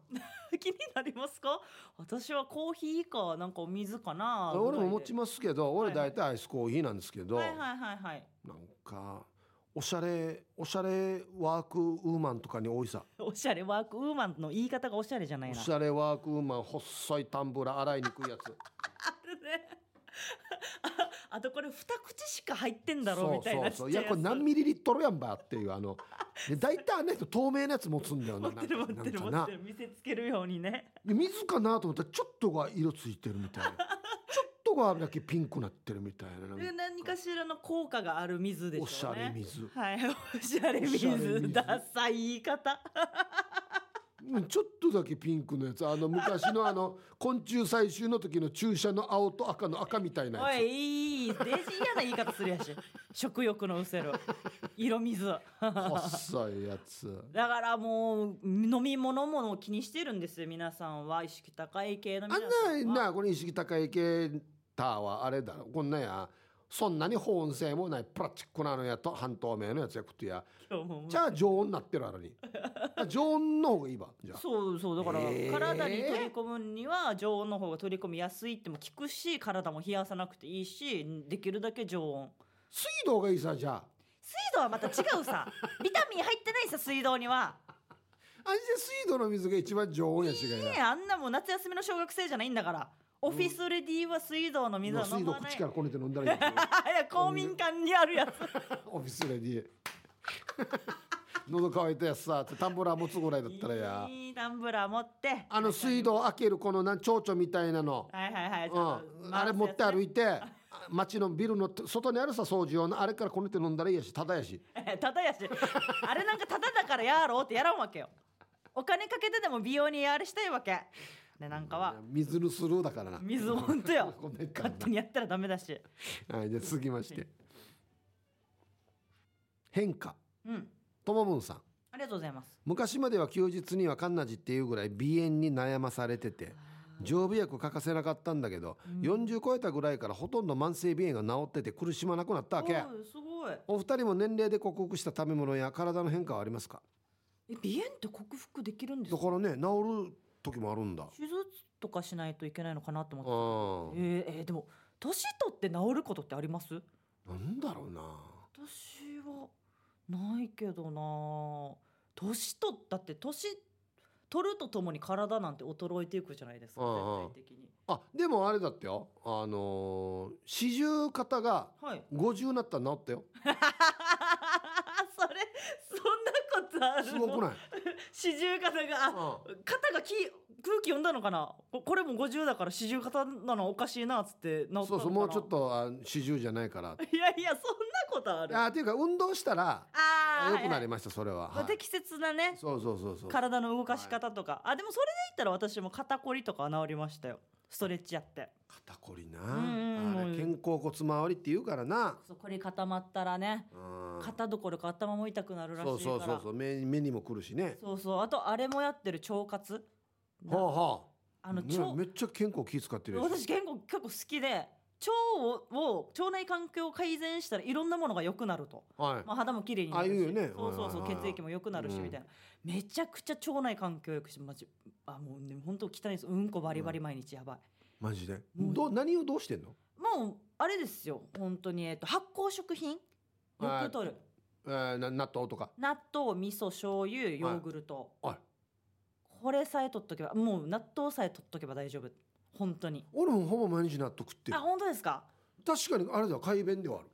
S1: い *laughs* 気になりますか私はコーヒーかなんかお水かな
S2: 俺も持
S1: ち
S2: ちますけど、俺大体アイスコーヒーなんですけど。
S1: はいはいはいはい。
S2: なんかおしゃれおしゃれワークウーマンとかに多いさ
S1: おしゃれワークウーマンの言い方がおしゃれじゃない
S2: お
S1: な。
S2: しゃれワークウーマン細いタンブラー洗いにくいやつ
S1: あるね。ああとこれ二口しか入ってんだろうみたいな
S2: そうそうそういやこれ何
S1: ミ
S2: ミリリットルやんばっていうあので大体あの人透明なやつ持つんだよ
S1: 持
S2: な
S1: っ
S2: なん
S1: て
S2: か
S1: る持ってる
S2: な
S1: 持
S2: んか
S1: っ
S2: な
S1: てる見せつけるようにね。
S2: で水かなと思ったらちょっとが色ついてるみたいなちょっとがだけピンクなってるみたいななんか
S1: で何かしらの効果がある水でしょうね。
S2: おしゃれ。水
S1: はい、おしゃれ水
S2: おしゃれ水
S1: ダサい言い方。
S2: うんちょっとだけピンクのやつあの昔のあの昆虫採集の時の注射の青と赤の赤みたいなや
S1: お
S2: つ
S1: い、いい、で嫌な言い方するやし。食欲の失せる。色水。
S2: 細いやつ。
S1: だからもう飲み物も気にしてるんですよ皆さんは意識高い系の皆さ
S2: あん
S1: んは
S2: な、な、この意識高い系ターはあれだろ。こんなんや、そんなに保温性もないプラスチックなのやと半透明のやつやくとや。
S1: 今日も
S2: じゃあ常温になってるあれ
S1: *laughs*
S2: に。あ常温の方がいいわ。じゃあ。
S1: そうそうだから
S2: えー
S1: 体に取り込むには常温の方が取り込みやすいっても聞くし体も冷やさなくていいしできるだけ常温
S2: 水道がいいさ、じゃあ。
S1: 水道はまた違う
S2: *laughs*
S1: さビタミン入ってないさ水道には
S2: あじゃ水道の水が一番常温やしがい
S1: ね
S2: な
S1: えあんなもう夏休みの小学生じゃないんだからオフィスレディは水道の水は
S2: 水
S1: 飲
S2: 道
S1: まない
S2: 口からこねて飲んだらいいん *laughs* だよ
S1: あ *laughs* いや公民館にある
S2: *laughs*
S1: やつ
S2: オフィスレディ。 *laughs* 喉乾いたやつさ、ってタンブラー持つぐらいだったらや。
S1: いいタンブラー持って
S2: あの水道開けるこのなん蝶々みたいなの。
S1: はいはいはいちょっと
S2: う
S1: 回すやつ
S2: ん、
S1: ね
S2: あれ持って歩いてあ街のビルの外にあるさ掃除用のあれからこねて飲んだらいいやしただやし
S1: *laughs* ただやしあれなんかただだからやろうってやらんわけよお金かけてでも美容にやるしたいわけねなんかは
S2: 水のスルーだからな
S1: 水ほんとよ
S2: ごめんか
S1: 勝手にやったらダメだし
S2: はいじゃあ続きまして変化
S1: うん
S2: ともぶんさん
S1: ありがとうございます
S2: 昔までは休日にはカンナジっていうぐらい鼻炎に悩まされてて常備薬欠かせなかったんだけど、40超えたぐらいからほとんど慢性鼻炎が治ってて苦しまなくなったわけ
S1: おうすごい
S2: お二人も年齢で克服した食べ物や体の変化はありますか
S1: え鼻炎って克服できるんです
S2: だ
S1: か
S2: からね治る時もあるんだ
S1: 手術とかしないといけないのかなと思って
S2: う
S1: え
S2: ん
S1: ー、えーでも年取って治ることってあります
S2: なんだろうな
S1: 私はないけどな年取ったって年取るとともに体なんて衰えていくじゃないですか
S2: うんうん
S1: 絶対的に
S2: あでもあれだってよあのー四十肩が
S1: はい *laughs*
S2: 50になったら治ったよ
S1: それそんなことあるの
S2: す
S1: *laughs*
S2: ごくない、
S1: 四十肩があ
S2: う
S1: 肩がき空気読んだのかなここれも50だから四十肩なのおかしいなっつって治ったの
S2: ん、
S1: かな
S2: そうそうもうちょっとあ四十じゃないから
S1: *laughs* いやいやそんなことある
S2: あっていうか運動したら
S1: あー
S2: 良くな
S1: はいはい
S2: りましたそれは、
S1: まあ
S2: はい
S1: 適切なね
S2: そうそうそうそう
S1: 体の動かし方とか、あでもそれで言ったら私も肩こりとかは治りましたよストレッチやって
S2: 肩こ
S1: ん
S2: り
S1: うん
S2: なあ
S1: もう
S2: れ肩甲骨周りって言うからな
S1: そうこれ固まったらね
S2: うん
S1: 肩どころか頭も痛くなるらしいか
S2: そ
S1: ら
S2: うそうそうそう目目にもくるしね
S1: そうそうあとあれもやってる腸活
S2: はあはあ
S1: あの
S2: ね
S1: 腸
S2: めっちゃ健康気使ってるやつ
S1: 私結構結構好きで腸をを腸内環境を改善したらいろんなものが良くなると、
S2: はい、
S1: まあ、肌も綺麗になるし
S2: あ言うよね
S1: そうそうそう
S2: はいはいはい
S1: 血液も良くなるし
S2: うん
S1: みたいな、めちゃくちゃ腸内環境良くしてマジあもうね本当汚いですうんこバリバリ毎日やばい、
S2: マジで
S1: もう
S2: どう何をどうしてんの
S1: もうあれですよ本当にえっと発酵食品よ
S2: はい
S1: く取る
S2: えー、な納豆とか
S1: 納豆味噌醤油ヨーグルト、
S2: はい
S1: これさえ取っとけばもう納豆さえ取っとけば大丈夫本当に
S2: 俺もほぼ毎日納豆食ってる
S1: あ本当ですか
S2: 確かにあれだ改便ではある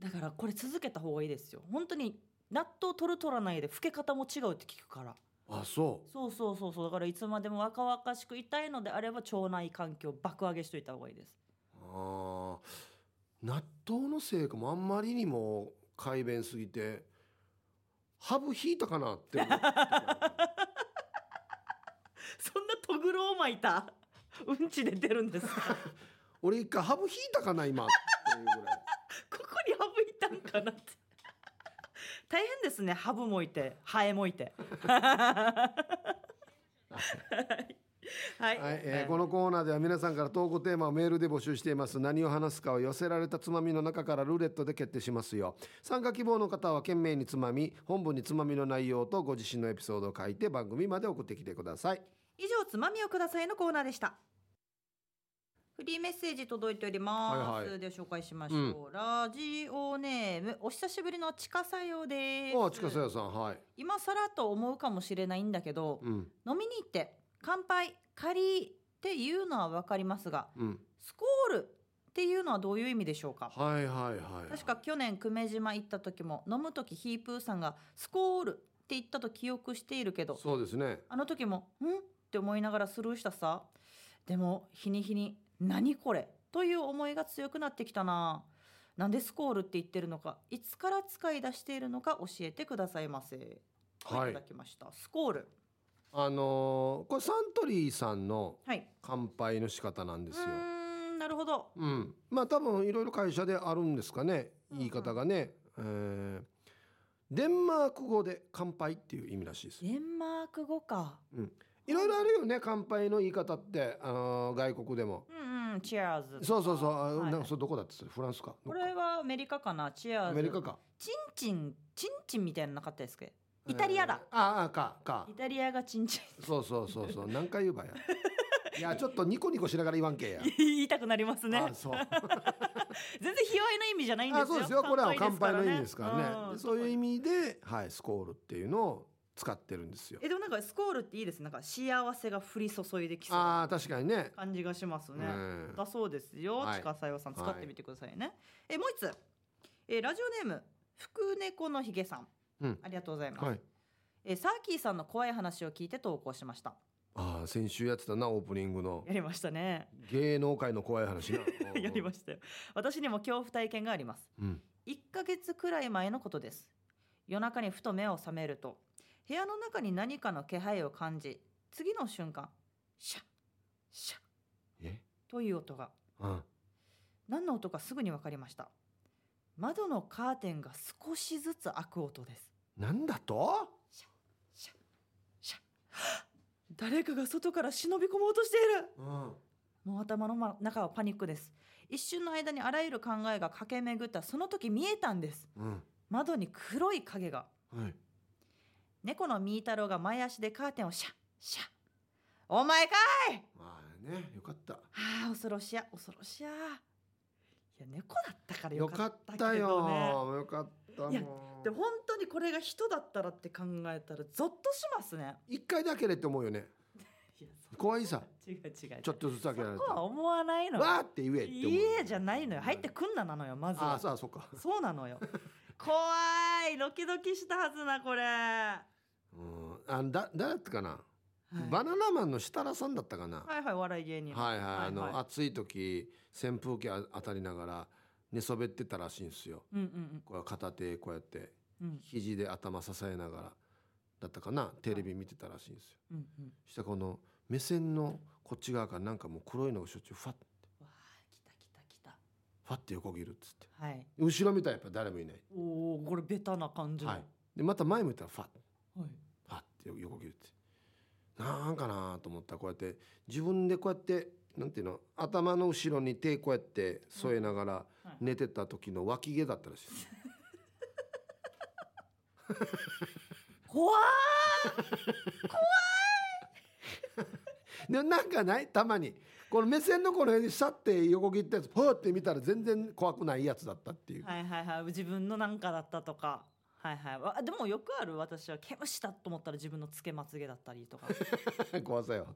S1: だからこれ続けた方がいいですよ本当に納豆取る取らないで老け方も違うって聞くから
S2: あそ
S1: そうそうそうそうだからいつまでも若々しくいたいのであれば腸内環境爆上げしといた方がいいです
S2: うあー納豆のせいかもあんまりにも改便すぎてハブ引いたかなって思
S1: *laughs*
S2: う
S1: そんなとぐろを巻いたうんち出てるんですか
S2: 俺一回ハブ引いたかな今っていうぐらい
S1: ここにハブいたんかなって *laughs* 大変ですねハブもいてハエもいてはい、
S2: はい、えーこのコーナーでは皆さんから投稿テーマをメールで募集しています何を話すかを寄せられたつまみの中からルーレットで決定しますよ参加希望の方は懸命につまみ本文につまみの内容とご自身のエピソードを書いて番組まで送ってきてください
S1: 以上つまみをくださいのコーナーでしたフリーメッセージ届いております、
S2: はいはい
S1: では紹介しましょう、ラジオネームお久しぶりのちかさよです
S2: ああ近さやさんはい
S1: 今更と思うかもしれないんだけど、
S2: うん
S1: 飲みに行って乾杯借りっていうのはわかりますが
S2: うん
S1: スコールっていうのはどういう意味でしょうか
S2: はいはいはい
S1: 確か去年久米島行った時も飲む時ヒープーさんがスコールって言ったと記憶しているけど
S2: そうですね
S1: あの時も「ん?」って思いながらスルーしたさでも日に日に「何これ?」という思いが強くなってきたななんでスコールって言ってるのかいつから使い出しているのか教えてくださいませ、
S2: はい
S1: いただきましたスコール
S2: あのーこれサントリーさんの
S1: はいう
S2: 乾杯の仕方なんですよ
S1: ーんなるほど
S2: うん、まあ多分いろいろ会社であるんですかね
S1: うんうん
S2: 言い方がね、えーデンマーク語で乾杯っていう意味らしいです
S1: デンマーク語か
S2: いろいろあるよね乾杯の言い方って、あのー外国でも
S1: うんうんチェアーズ
S2: そうそうそう、あ
S1: はい
S2: なんかそれどこだってそれフランスか
S1: これはアメリカかなチェアー
S2: ア
S1: ズ
S2: メリカか
S1: チンチンチンチンみたいなのなかったですけどイタリアだ、
S2: えーああかか
S1: イタリアがチンチン
S2: そうそうそうそう何回言
S1: *laughs*
S2: うばやいやちょっとニコニコしながら言わんけや、
S1: 言いたくなりますね
S2: あそう
S1: 全然卑猥の意味じゃないんですよ。
S2: あそうですよこれは乾杯の意味ですからね
S1: うん
S2: そういう意味で、はい、スコールっていうのを使ってるんですよ
S1: えでもなんかスコールっていいですねなんか幸せが降り注いできそうな
S2: ああ確かにね
S1: 感じがしますね。
S2: うん
S1: だそうですよ。
S2: はい
S1: ちかさよさん使ってみてくださいね。えもう一つ、えラジオネーム福猫のひげさん。
S2: うん
S1: ありがとうございます、
S2: はい
S1: えサーキーさんの怖い話を聞いて投稿しました。
S2: ああ先週やってたなオープニングの
S1: やりましたね。
S2: 芸能界の怖い話な
S1: *laughs* やりま
S2: し
S1: したよ。私にも恐怖体験があります。
S2: た、うん、
S1: 1ヶ月くらい前のことです。夜中にふと目を覚めると、部屋の中に何かの気配を感じ、次の瞬間、シャッ、シャッ
S2: え
S1: という音が、
S2: うん
S1: 何の音かすぐにわかりました。窓のカーテンが少しずつ開く音です。
S2: なんだと
S1: *gasps* 誰かが外から忍び込もうとしている
S2: うん
S1: もう頭のま中はパニックです。一瞬の間にあらゆる考えが駆け巡ったその時見えたんです。
S2: うん
S1: 窓に黒い影が。
S2: はい
S1: 猫のみーたろうが前足でカーテンをシャッシャッお前か
S2: まあねよかった
S1: あー恐ろしや恐ろしやいや猫だったから
S2: よ
S1: よ
S2: か
S1: か
S2: っ
S1: った
S2: た
S1: け
S2: よ
S1: どね
S2: よかっった
S1: いや
S2: も
S1: で
S2: う
S1: 本当にこれが人だったらって考えたらゾッとしますね
S2: 一回だけれって思うよね
S1: いや
S2: 怖いさ
S1: 違う違う
S2: ちょっとずつだけられ
S1: そこは
S2: た
S1: 思わないのよ
S2: わーって言えって思う
S1: いやじゃないのよ入ってくんななのよまず
S2: あ
S1: は
S2: あそうあそうか
S1: そうなのよ怖いドキドキしたはずなこれ、は
S2: うんあだ誰だったかな、
S1: い、
S2: バナナマンの設楽さんだったかな、
S1: はいはいお笑い芸人
S2: はいはい、あの、
S1: はいはい
S2: 暑い時扇風機あ当たりながら寝そべってたらしいんですよ
S1: うんうん
S2: こう片手こうやって
S1: うんうん
S2: 肘で頭支えながらだったかなテレビ見てたらしいんですよ、
S1: うんうん
S2: そしたらこの目線のこっち側からなんかもう黒いのがしょっちゅうファッ
S1: わあ来た来た来た
S2: ファッて横切るっつって
S1: はい
S2: 後ろ見たらやっぱ誰もいない、
S1: おおこれベタな感じの
S2: はい、でまた前向いたらファッ
S1: はい
S2: ファッて横切るってなんかなと思ったらこうやって自分でこうやってなんていうの頭の後ろに手こうやって添えながら
S1: はい
S2: 寝てた時の脇毛だったらしいです
S1: 怖い
S2: でなんかないたまにこの目線のこの辺にシャッて横切ったやつふーって見たら全然怖くないやつだったっていう、
S1: はいはいはい自分のなんかだったとかはいはいわでもよくある私は毛虫だと思ったら自分のつけまつげだったり
S2: *laughs*
S1: とかだか
S2: 怖さよ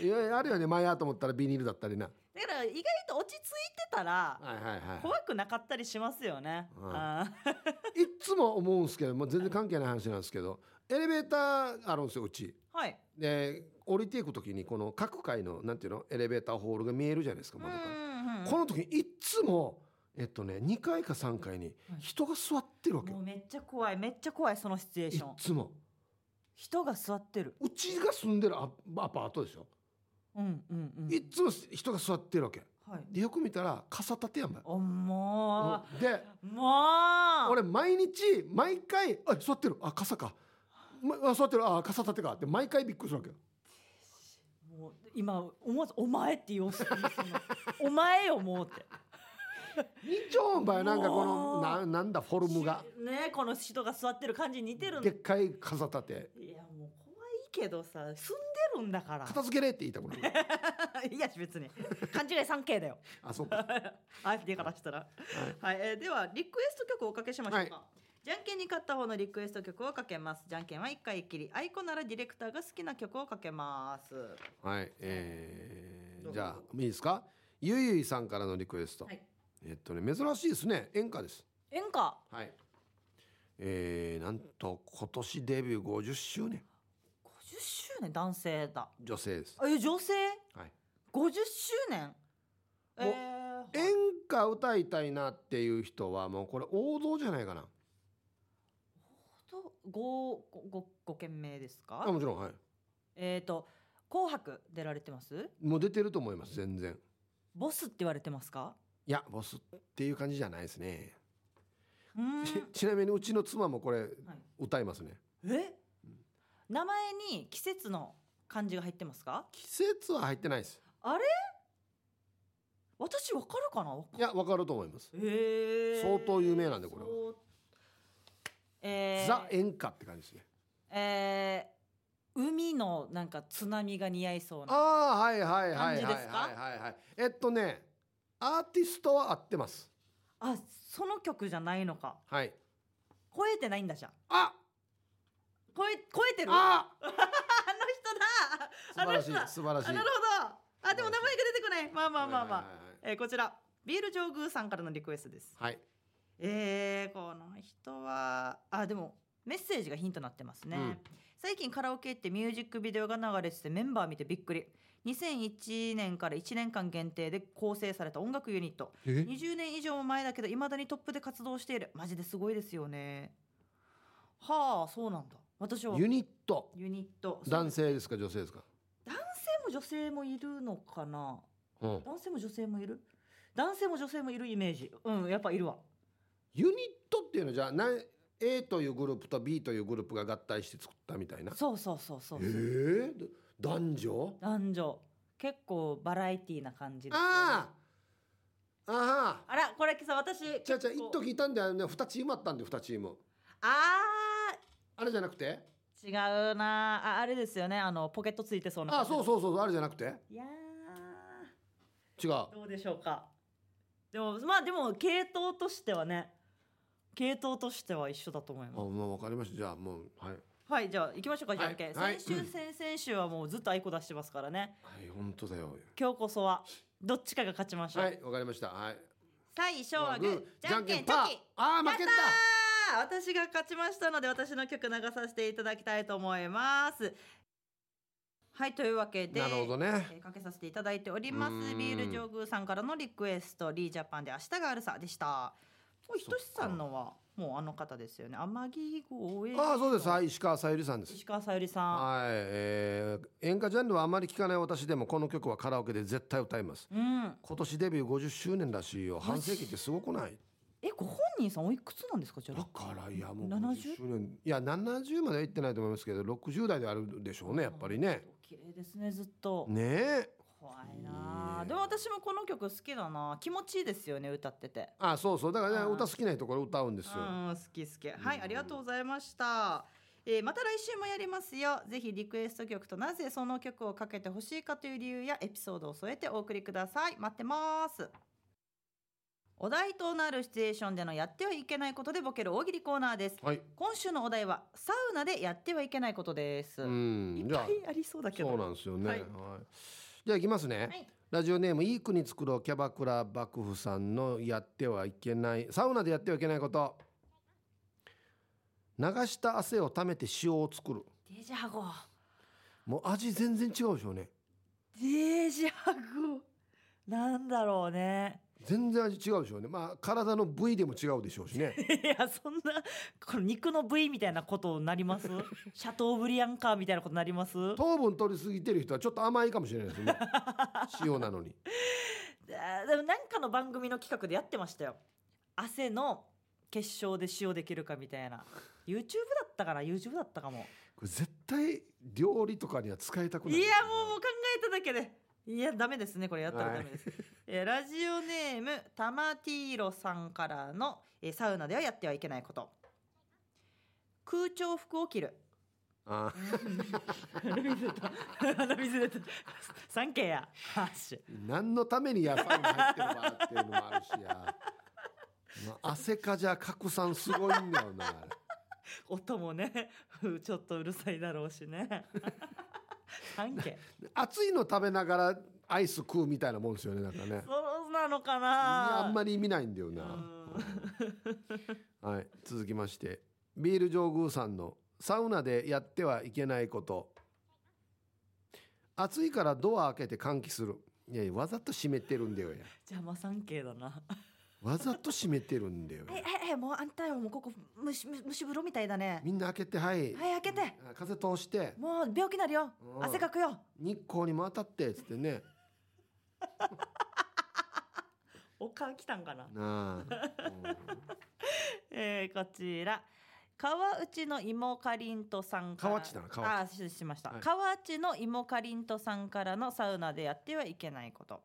S2: いやいやあるよね前やと思ったらビニールだったりな
S1: ら意外と落ち着いてたら
S2: はいはいは
S1: 怖くなかったりしますよね、
S2: うん
S1: あー
S2: いいっつも思うんですけどもう全然関係ない話なんですけどエレベーターあるんですようち
S1: はい
S2: で降りていく時にこの各階のなんていうのエレベーターホールが見えるじゃないですか窓から
S1: うんうんうん
S2: この時にいっつもえっとね2階か3階に人が座ってるわけ
S1: も
S2: よ
S1: うめっちゃ怖いめっちゃ怖いそのシチュエー
S2: い
S1: シ
S2: っ
S1: ョン
S2: つも
S1: 人が座ってる
S2: うちが住んでるアアパートでしょ
S1: うんうんうん
S2: いっつも人が座ってるわけ。
S1: はい
S2: で、よく見たら、傘立てやんばい
S1: おも
S2: うんで、
S1: うもう
S2: 俺毎日、毎回、あ、座ってる、あ、傘か。ま、あ座ってる、あ、傘立てかって、毎回びっくりするわけよ。
S1: もう今思わず「お前」って言おうとしてるそのお前よもう」 *laughs* って
S2: 二丁ばい、なんかこ
S1: お
S2: の、
S1: ー
S2: な、なんだ、フォルムが。
S1: ねこの人が座ってる感じに似てるん
S2: でっかい傘立て。
S1: いやもう怖いけどさ住んでるんだから
S2: 片付けれって言いたくなる。
S1: *laughs* いや別に勘違い3 k だ *laughs* よ
S2: あ、そうか。
S1: IFD からしたら、はいえーではリクエスト曲をおかけしましょうか、じゃんけんに勝った方のリクエスト曲をかけますじゃんけんは1回きりあいこならディレクターが好きな曲をかけます
S2: はい、えーじゃあ、いいですか。ゆいゆいさんからのリクエスト。
S1: はい
S2: えっとね、珍しいですね。演歌です。
S1: 演歌
S2: はい。えー、なんと今年デビュー50周年
S1: 50周年男性だ
S2: 女性です。
S1: あえ女性
S2: はい、
S1: 50周年え
S2: もう
S1: ー
S2: 演歌歌いたいなっていう人はもうこれ王道じゃないかな。
S1: とごごごご件名ですか
S2: あもちろんはい。
S1: えっ、と「紅白」出られてます
S2: もう出てると思います全然。
S1: ボスって言われてますか
S2: いやボスっていう感じじゃないですね。
S1: うーん、
S2: ち *laughs* ちなみにうちの妻もこれ
S1: はい、
S2: 歌いますね。
S1: え名前に季節の漢字が入ってますか
S2: 季節は入ってないです。
S1: 私わかるかなわか
S2: いやわかると思います。
S1: へえ
S2: 相当有名なんでこれは
S1: そうえー、
S2: ザ演歌って感じですね。
S1: えー、海のなんか津波が似合いそうな
S2: ああはいはいはいはい
S1: 感じ
S2: はい
S1: ですか
S2: はいはい。えっとねアーティストは合ってます。
S1: あその曲じゃないのか
S2: はい。
S1: 超えてないんだじゃん
S2: あ
S1: 超え超えてる
S2: あ。
S1: あの人だ
S2: 素晴ら
S1: あ
S2: し
S1: の人だ
S2: い素晴らしい
S1: あなるほどあでも名前が出てこないまあまあまあまあ、えーこちらビール上宮さんからのリクエストです
S2: はいはいはいはい
S1: えー、この人はあでもメッセージがヒントになってますね、
S2: うん
S1: 最近カラオケ行ってミュージックビデオが流れててメンバー見てびっくり2001年から1年間限定で構成された音楽ユニット
S2: え
S1: 20年以上も前だけどいまだにトップで活動しているマジですごいですよねはあそうなんだ私は
S2: ユニット
S1: ユニット
S2: 男性ですか女性ですか
S1: 男性も女性もいるのかな
S2: うん
S1: 男性も女性もいる男性も女性もいるイメージうんやっぱいるわ
S2: ユニットっていうのはじゃあな A というグループと B というグループが合体して作ったみたいな
S1: そうそうそうそう
S2: え
S1: そう
S2: ー、ど男女
S1: 男女結構バラエティーな感じですよね
S2: ああああ
S1: あらこれさ私
S2: ちゃちゃ
S1: 結
S2: 一
S1: 構
S2: 時いたんだよね2チームあったんで2チーム
S1: あ
S2: あれじゃなくて
S1: ー違うなああれですよねあのポケットついてそうな
S2: ああそうそうそうそうあれじゃなくて
S1: ういや
S2: 違う
S1: ーどうでしょうかでもまあでも系統としてはね系統としては一緒だと思い
S2: あ、
S1: ます
S2: もうわかりました。じゃあもうはい。
S1: はいじゃあ行きましょうかじゃんけん、
S2: はい
S1: 先
S2: は
S1: 週先々週はもうずっとあいこ出してますからね
S2: はい、本当だよ。
S1: 今日こそはどっちかが勝ちましょう、
S2: はい、わかりました。はい。
S1: 最初はグーじゃんけんチョ
S2: パー
S1: キ。
S2: あー、
S1: や
S2: 負
S1: った
S2: け
S1: ー
S2: た。
S1: 私が勝ちましたので私の曲流させていただきたいと思いますはいというわけで
S2: なるほどね。
S1: えーかけさせていただいておりま
S2: うー
S1: す
S2: ん
S1: ビール上宮さんからのリクエストリージャパンで明日があるさでしたもうひとしさんのはもうあの方ですよね天城越え
S2: ああ、そうです。はい、石川さゆりさんです。
S1: 石川さゆりさ
S2: はい、えー、演歌ジャンルはあまり聞かない私でもこの曲はカラオケで絶対歌います。
S1: んうん
S2: 今年デビュー50周年らしいよ。半世紀ってすごくない？
S1: えご本人さんおいくつなんですかじゃ
S2: だ
S1: あ
S2: からいやもう
S1: 70
S2: 50周年いや70までは行ってないと思いますけど60代であるでしょうねやっぱりね
S1: 綺麗ですねずっと、
S2: ねえ
S1: 怖いなあ
S2: いいね
S1: でも私もこの曲好きだな気持ちいいですよね歌ってて
S2: あそうそうだからね
S1: うん
S2: 歌好きな人これ歌うんですよ
S1: うん好き好きはい
S2: うん
S1: ありがとうございましたえーまた来週もやりますよぜひリクエスト曲となぜその曲をかけてほしいかという理由やエピソードを添えてお送りください待ってますお題となるシチュエーションでのやってはいけないことでボケる大喜利コーナーです
S2: はい
S1: 今週のお題はサウナでやってはいけないことです、
S2: うん
S1: いっ
S2: じゃ
S1: ぱ
S2: あ
S1: いありそうだけど
S2: そうなんですよね
S1: は
S2: はいいじゃあいきますね
S1: はい
S2: ラジオネームいい国作ろうキャバクラ幕府さんのやってはいけないサウナでやってはいけないこと流した汗をためて塩を作る
S1: デジャゴ
S2: もう味全然違うでしょうね
S1: デジャゴなんだろうね
S2: 全然味違うでしょうねまあ体の部位でも違うでしょ
S1: *laughs*
S2: うしね
S1: いやそんなこの肉の部位みたいなことになります *laughs* シャトーブリアンカーみたいなことになります
S2: 糖分取りすぎてる人はちょっと甘いかもしれないで
S1: *laughs*
S2: すね塩なのに
S1: あーでもなんかの番組の企画でやってましたよ汗の結晶で塩できるかみたいな YouTube だったかな YouTube だったかも
S2: これ絶対料理とかには使いたく
S1: い
S2: な
S1: や
S2: い
S1: もうもう考えただけでいやダメですねこれやったらダメです、えーラジオネームタマティーロさんからの、えーサウナではやってはいけないこと空調服を着る
S2: あ
S1: 鼻水出た。鼻水出た。サンケイや。ハッシュ。
S2: ー何のために野菜が入ってるのかっていうのもあるしや、 *laughs* まあ、汗かじゃ拡散すごいんだよなあれ
S1: 音もね、ふちょっとうるさいだろうしね。サンケイ。
S2: 熱いの食べながらアイス食うみたいなもんですよねなんかね
S1: そうなのか
S2: あ
S1: な。
S2: あんまり意味ないんだよな、うんはい続きましてビール上宮さんのサウナでやってはいけないこと暑いからドア開けて換気するいやいやわざと閉めてるんだよや
S1: 邪魔サンケイだな。
S2: わざと閉めてるんだよや
S1: えええもうあんたよもうここ蒸し蒸し風呂みたいだね。
S2: みんな開けてはい、
S1: はい開けて。
S2: あ風通して
S1: もう病気なるよ
S2: う。ん
S1: 汗かくよ。
S2: 日光にも当たってっつってね
S1: おかん来たんかな。
S2: なあ、
S1: えー、こちら。川内の芋かりんとさんから。
S2: 川内だな川内
S1: あー、失礼しました。
S2: はい
S1: 川内の芋かりんとさんからのサウナでやってはいけないこと。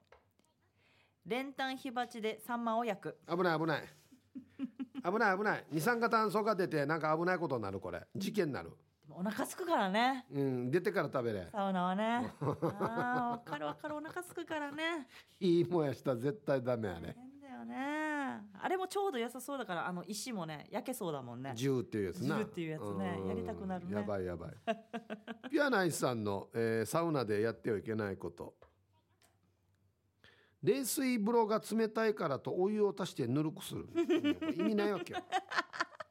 S1: 練炭火鉢でサンマを焼く。
S2: うん危ない危ない危ない危ない二酸化炭素が出てなんか危ないことになるこれ事件になる
S1: でもお腹すくからね。
S2: うん出てから食べれ
S1: サウナはね。ああ、わかるわかる、お腹すくからね。
S2: いいもやしたら絶対ダメあ
S1: 大
S2: れ
S1: 変だよね。あれもちょうど良さそうだから、あの石もね、焼けそうだもんね。
S2: 銃っていうやつな
S1: 銃っていうやつね
S2: ん
S1: やりたくなるね
S2: やばいや *laughs* ばいピアナイスさんの、えーサウナでやってはいけないこと冷水風呂が冷たいからとお湯を足してぬるくす
S1: *laughs*
S2: る意味ないわけよ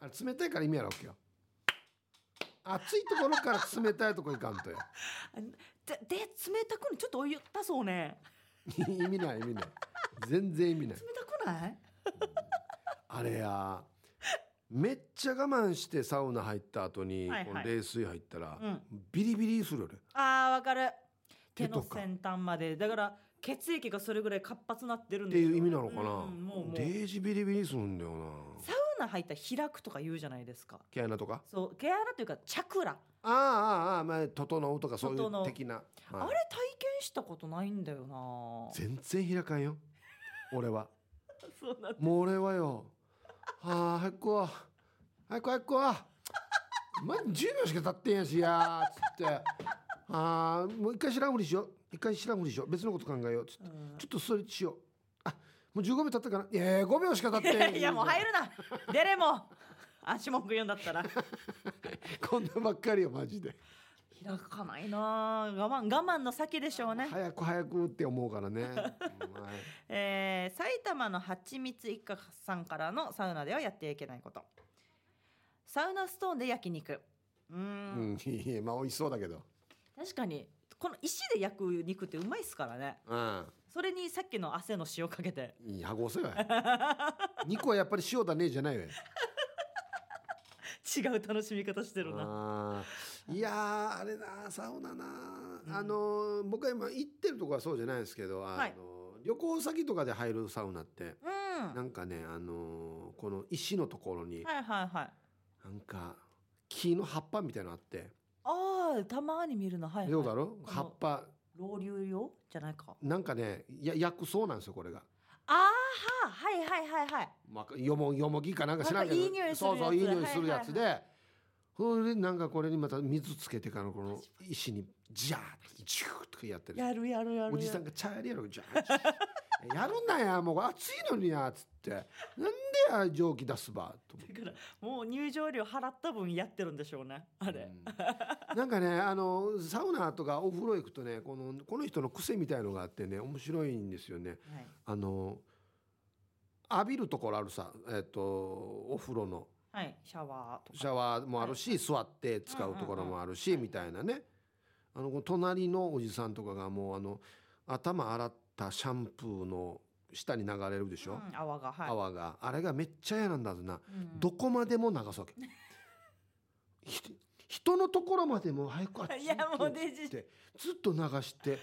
S2: あれ冷たいから意味あるわけよ暑いところから冷たいとこ行かんとよ
S1: で、で冷たくにちょっとお湯足そうね。
S2: 意味ない意味ない全然意味ない
S1: 冷たくない。
S2: あれやめっちゃ我慢してサウナ入った後に、
S1: はいはい
S2: この冷水入ったら、
S1: うん
S2: ビリビリするよね
S1: あーわかる手
S2: 手
S1: の
S2: とか
S1: 先端までだから血液がそれぐらい活発になってるん
S2: っ
S1: だ
S2: て
S1: けど
S2: いう意味なのかな、
S1: うんもうもうサウ
S2: デージビリビリするんだよな
S1: ナ入ったら開くとか言うじゃないですか
S2: 毛穴とか
S1: そう毛穴というかチャクラ、
S2: ああああああまあ整うとかそうい
S1: 整う
S2: う的な、はい
S1: あれ体験したことないんだよな
S2: 全然開かんよ
S1: *laughs*
S2: 俺は
S1: そうなんだ
S2: もう俺はよはあ早くこう早く早くこ *laughs* うま10秒しか経ってんやしやつってああもう一回知らんふりしよう一回知らんふりしよう別のこと考えようつって
S1: うん
S2: ちょっとそれしようあもう15秒経ったかないやいや5秒しか経って
S1: *laughs*
S2: ん
S1: いやもう入るな出れも足文句言うんだったら
S2: *laughs* こんなばっかりよマジで、
S1: 開かないなあ我慢我慢の先でしょうね
S2: 早く早くって思うからね、はい
S1: えー埼玉のはちみつ一家さんからのサウナではやってはいけないことサウナストーンで焼肉うー
S2: うんん、いいえまあ美味しそうだけど
S1: 確かにこの石で焼く肉ってうまいっすからね
S2: うん
S1: それにさっきの汗の塩かけて
S2: いい箱押せよ肉はやっぱり塩だねじゃないよ
S1: 違う楽しみ方してるな
S2: あーいやーあれなサウナな、あのー僕は今行ってるとこはそうじゃないですけど、あのー
S1: はい
S2: 旅行先とかで入るサウナって
S1: うんは
S2: ないんかね、あのーこの石のところに
S1: はいはい
S2: なんか木の葉っぱみたいなのあって、
S1: あーたまに見るなはい、はい、
S2: どうだろう
S1: あの
S2: 葉っぱ
S1: 老流用じゃないか
S2: なんかねや薬草なんですよこれが。
S1: ああははいはいはいはい
S2: まあ、よもよもぎかなんか知らんけど
S1: なんかいい匂いする
S2: そうそういい
S1: やつ
S2: 匂いするやつで、
S1: は
S2: それでなんかこれにまた水つけてからこの石にジャーってジューってやってる
S1: やるやるやるやる
S2: おじさんが「チャーリーやろジャー」「やるんなやもう暑いのにや」っつって「なんでや蒸気出すば」と思って
S1: だからもう入場料払った分やってるんでしょうねあれ、
S2: うんなんかねあのサウナとかお風呂行くとねこのこの人の癖みたいのがあってね面白いんですよね。
S1: はい
S2: あの浴びるところあるさ、えっとお風呂の。
S1: はい、シャワーとか
S2: シャワーもあるし、座って使うところもあるし、みたいなね。あの、この隣のおじさんとかがもう、あの、頭洗ったシャンプーの下に流れるでしょ、
S1: うん、泡がはい
S2: 泡が。あれがめっちゃ嫌なんだぜな。
S1: うん
S2: どこまでも流す
S1: *laughs*
S2: わけ。ひ人のところまでも早くあっち
S1: いやもうデジ
S2: ってずっと流して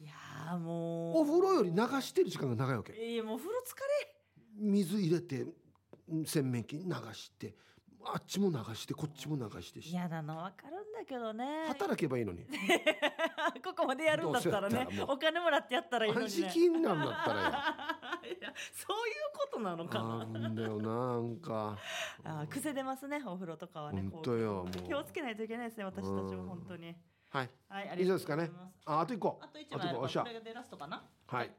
S1: いやーもう
S2: お風呂より流してる時間が長いわけ
S1: いやもうお風呂疲れ
S2: 水入れて洗面器に流してあっちも流してこっちも流してして
S1: 嫌なの分かるんだけどね
S2: 働けばいいのに
S1: *laughs* ここまでやるんだったらね
S2: どうせやったらもう
S1: お金もらってやったらいいのに、ね、
S2: 安心になるんだったらや
S1: *laughs* いやそういうことなのか
S2: あ
S1: な
S2: るんだよななんか
S1: あー癖出ますねお風呂とかはね
S2: 本当よ
S1: こう
S2: もう
S1: 気をつけないといけないですね私たち
S2: う
S1: も
S2: ん
S1: 本当に
S2: はい
S1: はいあり
S2: 以
S1: が
S2: 上
S1: と
S2: で
S1: うござい
S2: すか
S1: ます
S2: ねああと一個
S1: あと一
S2: あ
S1: 枚あれ
S2: と一個よ
S1: ば
S2: っしゃ
S1: これが出ラストかな
S2: はい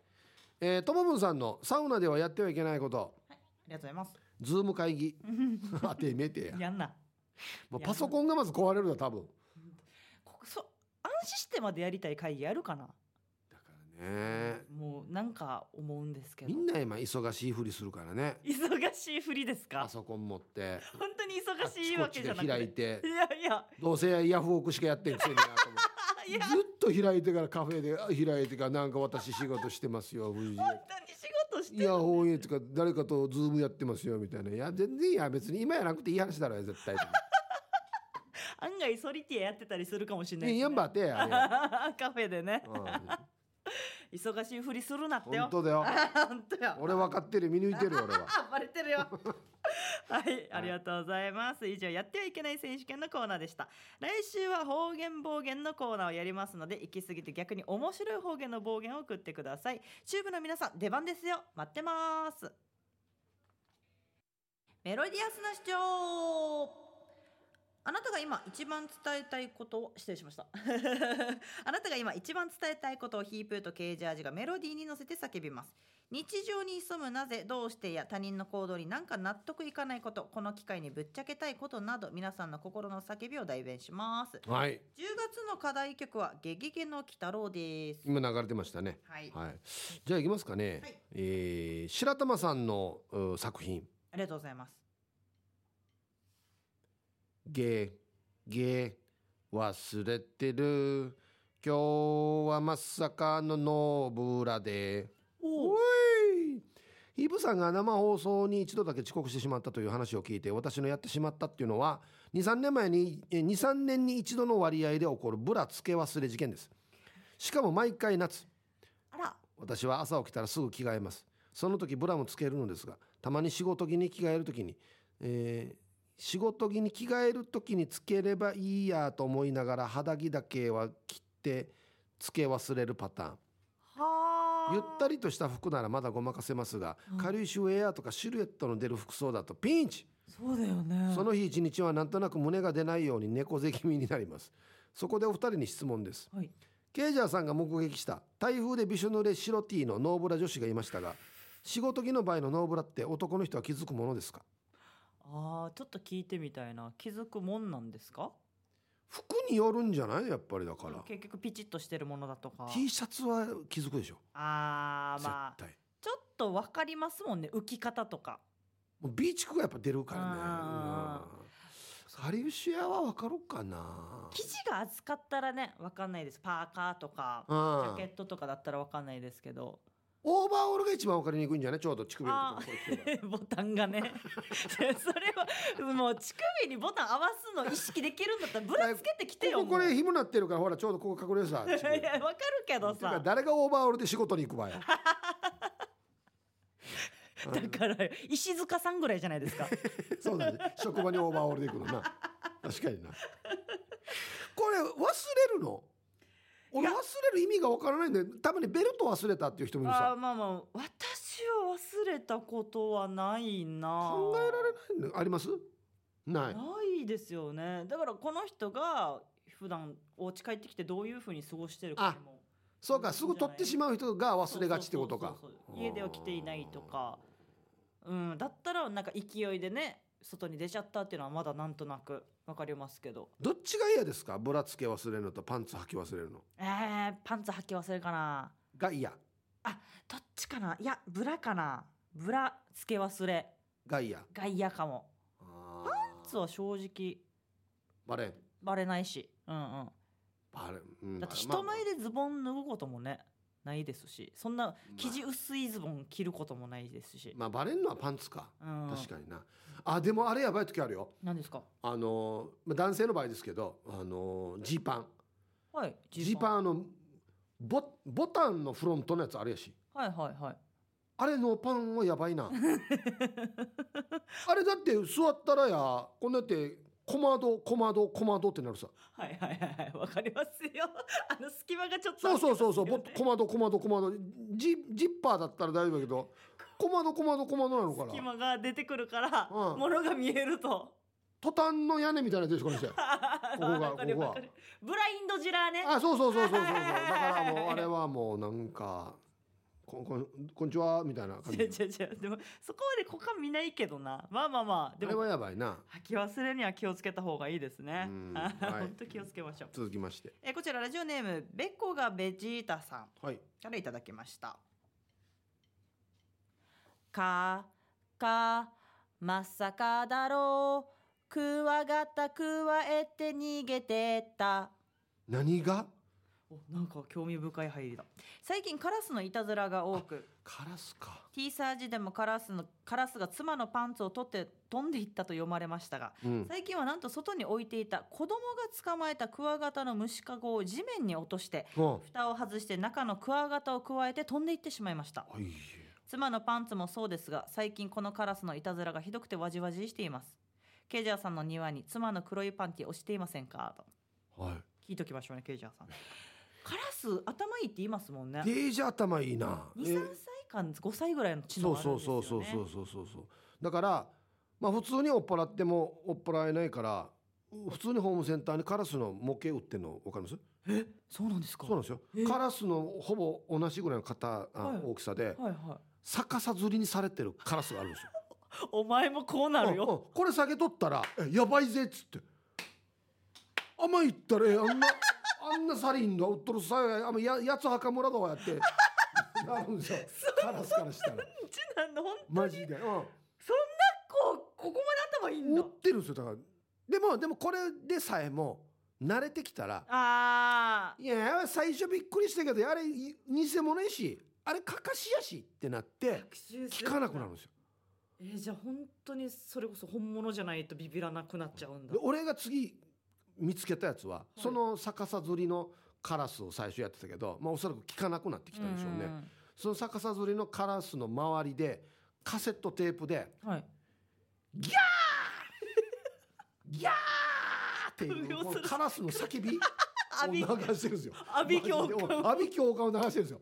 S2: えーともぶんさんのサウナではやってはいけないこと
S1: ありがとうございます
S2: ズーム会議 *laughs* あてめえて
S1: *laughs*
S2: や
S1: やんな
S2: もうパソコンがまず壊れるだ多分
S1: ここそ安心してまでやりたい会議やるかな
S2: だからね
S1: もうなんか思うんですけど
S2: みんな今忙しいふりするからね
S1: 忙しいふりです
S2: パ
S1: か
S2: ソコン持って
S1: 本当に
S2: あ
S1: 忙
S2: っ
S1: し
S2: ち
S1: い
S2: こ
S1: わ
S2: っ
S1: け
S2: ち
S1: じゃ
S2: で
S1: なくて
S2: 開いて
S1: いやいや
S2: どうせヤフオクしかやってんくせになと思って
S1: あいや
S2: ずっと開いてからカフェであ開いてからなんか私仕事してますよ藤井
S1: 本当に仕事して
S2: イヤホン入れてか誰かとズームやってますよみたいな「いや全然いいや別に今やなくていい話だろよ絶対」
S1: 案外ソリティアやってたりするかもしれない
S2: ね
S1: です
S2: い
S1: ね
S2: やんばって」あれ
S1: *laughs*
S2: や
S1: カフェでね
S2: うん
S1: 忙しいふりするなってよ
S2: 本当だよ
S1: *laughs* 本当よ
S2: 俺分かってる見抜いてるよ俺は
S1: あバレてるよ *laughs* はいありがとうございます以上やってはいけない選手権のコーナーでした来週は方言暴言のコーナーをやりますので行き過ぎて逆に面白い方言の暴言を送ってくださいチューブの皆さん出番ですよ待ってますメロディアスな主張あなたが今一番伝えたいことを失礼しました *laughs* あなたが今一番伝えたいことをヒープーとケージャージがメロディーに乗せて叫びます日常に潜むなぜどうしてや他人の行動になんか納得いかないことこの機会にぶっちゃけたいことなど皆さんの心の叫びを代弁します10
S2: はい
S1: 月の課題曲は「ゲゲゲの鬼太郎」です
S2: 今流れてましたね
S1: はい、
S2: はいじゃあいきますかね、
S1: はい
S2: えー白玉さんのう作品
S1: ありがとうございます
S2: ゲゲ忘れてる今日はまさかのノーブラでおいイブさんが生放送に一度だけ遅刻してしまったという話を聞いて私のやってしまったっていうのは23年前に23年に一度の割合で起こるブラ付け忘れ事件ですしかも毎回夏
S1: あら
S2: 私は朝起きたらすぐ着替えますその時ブラもつけるのですがたまに仕事着に着替える時に、えー仕事着に着替える時につければいいやと思いながら肌着だけは着てつけ忘れるパターン
S1: はあ
S2: ゆったりとした服ならまだごまかせますが、
S1: うん
S2: 軽いシュウエアとかシルエットの出る服装だとピンチ、
S1: そうだよね
S2: その日一日はなんとなく胸が出ないように猫背気味になりますそこでお二人に質問です
S1: はい
S2: ケイジャーさんが目撃した台風でびしょ濡れ白 T のノーブラ女子がいましたが仕事着の場合のノーブラって男の人は気づくものですか
S1: あああちょっと聞いてみたいな気づくもんなんですか
S2: 服によるんじゃないやっぱりだから
S1: 結局ピチッとしてるものだとか
S2: T シャツは気づくでしょ
S1: あー
S2: 絶
S1: まあ
S2: 対
S1: ちょっと分かりますもんね浮き方とか
S2: もうビーチクがやっぱ出るからね
S1: あ
S2: うんハリウシアは分かろうかな
S1: 生地が厚かったらね分かんないですパーカーとか
S2: う
S1: ジ
S2: ん
S1: ャケットとかだったら分かんないですけど *laughs*
S2: オーバーオールが一番分かりにくいんじゃないちょうど乳首のところこう来て
S1: ボタンがね *laughs* それはもう乳首にボタン合わすの意識できるんだったらぶらつけてきて
S2: ば
S1: よ
S2: こここ
S1: もう
S2: れ
S1: い
S2: 紐なってるからほらちょうどここ隠れる
S1: *laughs*
S2: さ乳
S1: や
S2: 首
S1: 分かるけど
S2: てか
S1: さ
S2: 誰がオーバーオールで仕事に行
S1: *laughs*
S2: く場合
S1: だから石塚さんぐらいじゃないですか
S2: そうだね職場にオーバーオールで行くのな確かになこれ忘れるの俺忘
S1: いや
S2: れる意味が分からないんでたまにベルト忘れたっていう人もいる
S1: あ
S2: さ
S1: ーまあまあ私は忘れたことはないな
S2: 考えられないのありますない
S1: ないですよねだからこの人が普段お家帰ってきてどういうふうに過ごしてるかにも
S2: そうかすぐ取ってしまう人が忘れがちってことか
S1: そうそうそうそう家では来ていないとかうんだったらなんか勢いでね外に出ちゃったっていうのはまだなんとなくわかりますけど
S2: どっちが嫌ですかぶらつけ忘れるのとパンツ履き忘れるの
S1: えー、パンツ履き忘れるかな
S2: が嫌
S1: どっちかないやブラかなブラつけ忘れ
S2: が嫌
S1: が嫌かも
S2: パ
S1: パンツは正直
S2: バレん
S1: バレないしうんうん
S2: バレん、うん
S1: だって人前
S2: ま
S1: でズボン脱ぐこともねないですしそんな
S2: あ
S1: 生地薄いズボン着ることもないですし、
S2: まあ、バレんのはパンツか
S1: うん、
S2: 確かにな、あでもあれやばい時あるよ
S1: 何ですか
S2: あのまあ男性の場合ですけどあのジーパン
S1: はい
S2: ジーパンあのボボタンのフロントのやつあれやし
S1: はいはいはい
S2: あれのパンはや
S1: *laughs*
S2: ばいなあれだって座ったらやこんなやって小窓小窓小窓ってなるさ
S1: はいはいはいはいわかりますよ *laughs* あの隙間がちょっと
S2: そうそうそうそう、
S1: ありま
S2: ぼ
S1: すよね
S2: 小窓小窓小窓ジジッパーだったら大丈夫だけど小窓小窓小窓なのか
S1: 隙
S2: な
S1: 間が出てくるから、
S2: うん
S1: 物が見えると
S2: トタンの屋根みたいなやつでしょこの人
S1: *laughs*
S2: が
S1: わかる
S2: ここが
S1: わかるブラインドジラーね
S2: あそうそうそうそ
S1: *laughs*
S2: うそうそうだ
S1: はいはいはい
S2: からもうあれはもうなんかここんこんにちはみたいな感
S1: 違
S2: じ
S1: う違う違うでもそこまで股間見ないけどなまあまあまあで
S2: あれ
S1: も
S2: はやばいな
S1: 履き忘れには気をつけた方がいいですね *laughs*
S2: うん
S1: あー
S2: はい
S1: 本当気をつけましょう
S2: 続きまして
S1: えーこちらラジオネームべこがベジータさん
S2: はい
S1: からいただきましたかかまさかだろうクワガタくわえて逃げてった
S2: 何が
S1: おなんか興味深い入りだ最近カラスのいたずらが多く
S2: カラスか
S1: T サージでもカラスのカラスが妻のパンツを取って飛んでいったと読まれましたが
S2: うん
S1: 最近はなんと外に置いていた子供が捕まえたクワガタの虫かごを地面に落として
S2: うん
S1: 蓋を外して中のクワガタを加えて飛んでいってしまいました
S2: はい
S1: 妻のパンツもそうですが最近このカラスのいたずらがひどくてわじわじしていますケイジャーさんの庭に妻の黒いパンティをしていませんかと
S2: は
S1: 聞いときましょうねケイジャーさんカラス頭いいって言いますもんね
S2: いデージ頭いいな
S1: 23
S2: え
S1: 歳か5歳ぐらいの知
S2: そ
S1: 能
S2: う
S1: あるん
S2: そ
S1: で
S2: う
S1: すよ、
S2: そ
S1: ね、
S2: うそうそうそうそうそうだからまあ普通に追っ払っても追っ払えないから普通にホームセンターにカラスの模型売ってるの分かります
S1: そうなんですか
S2: そうなんですよ
S1: え
S2: カラスのほぼ同じぐらいの型、あ
S1: はい
S2: 大きさで
S1: はいはい
S2: 逆さ吊りにされてるカラスがあるんですよ
S1: お前もこうなる
S2: うん
S1: よ
S2: うんこれ下げとったら「えやばいぜ」っつって「あんま言ったらえあんなあんなサリンのうっとるさあんまややつはかむらだわ」やってなるんですよカラスからしたら
S1: うちなんだほん
S2: マジで、うん、
S1: そんなこうここまで頭いいん
S2: 持
S1: だ
S2: ってるんですよだからでもでもこれでさえも慣れてきたら
S1: あ
S2: 「いや最初びっくりしたけどあれい偽物やしあれかかしやし」ってなって
S1: ー
S2: 聞かなくなるんですよ
S1: えー、じゃあ本当にそれこそ本物じゃないとビビらなくなっちゃうんだ
S2: で俺が次見つけたやつは、
S1: い
S2: その逆さ吊りのカラスを最初やってたけど、まあ、おそらく聞かなくなってきたんでしょうね、
S1: ん
S2: その逆さ吊りのカラスの周りでカセットテープで
S1: はい
S2: 「ギャー!」っていうこのカラスの叫
S1: *laughs*
S2: び
S1: 阿鼻
S2: を流してるんですよ。
S1: 阿鼻 *laughs* 教
S2: マジで
S1: 官
S2: うん阿鼻教官を流してるんですよ。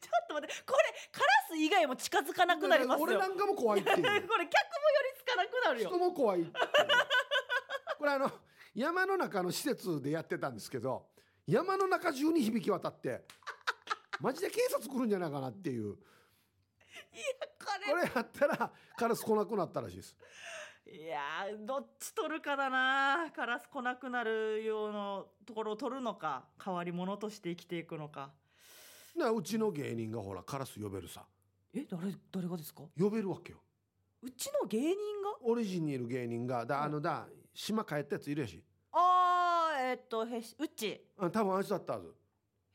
S1: ちょっと待ってこれカラス以外も近づかなくなりますよ
S2: 俺なんかも怖いってい
S1: *laughs*
S2: う
S1: これ客も寄りつかなくなる
S2: 人
S1: よ
S2: も怖いっていうこれあの山の中の施設でやってたんですけど山の中中に響き渡ってマジで警察来るんじゃないかなっていう
S1: これ
S2: これやったらカラス来なくなったらしいです
S1: えやーどっち取るかだなカラス来なくなるようなところを取るのか変わり者として生きていくのか
S2: なうちの芸人がほらカラス呼べるさ
S1: え誰誰がですか
S2: 呼べるわけよ
S1: うちの芸人が
S2: オリジンにいる芸人がだあ
S1: う
S2: のだ島帰ったやついるやし
S1: あーえっとへしうち
S2: あ多分あいつだったはず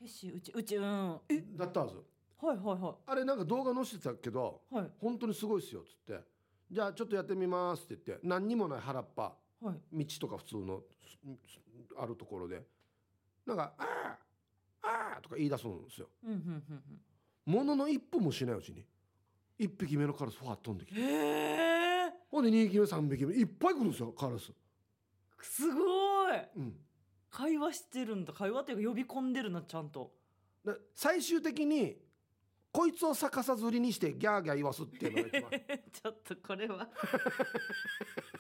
S1: へしうちうちうんはい
S2: だったはず
S1: はいは
S2: あれなんか動画載せてたけど
S1: いはい
S2: 本当にすごいっすよっつってじゃあちょっとやってみますって言って何にもない原っぱ
S1: はい
S2: 道とか普通のすすあるところでなんか「ああああ」とか言い出すんですよ
S1: うんうんうんうん
S2: ものの一歩もしないうちに一匹目のカラスファーッ飛んできて
S1: へえ
S2: ほんで二匹目三匹目いっぱい来るんですよカラス
S1: すごい
S2: うん
S1: 会話してるんだ会話というか呼び込んでるなちゃんと *laughs*
S2: で最終的にこいつを逆さずりにしてギャーギャー言わすっていうの
S1: *laughs*
S2: が一番
S1: ちょっとこれは *laughs*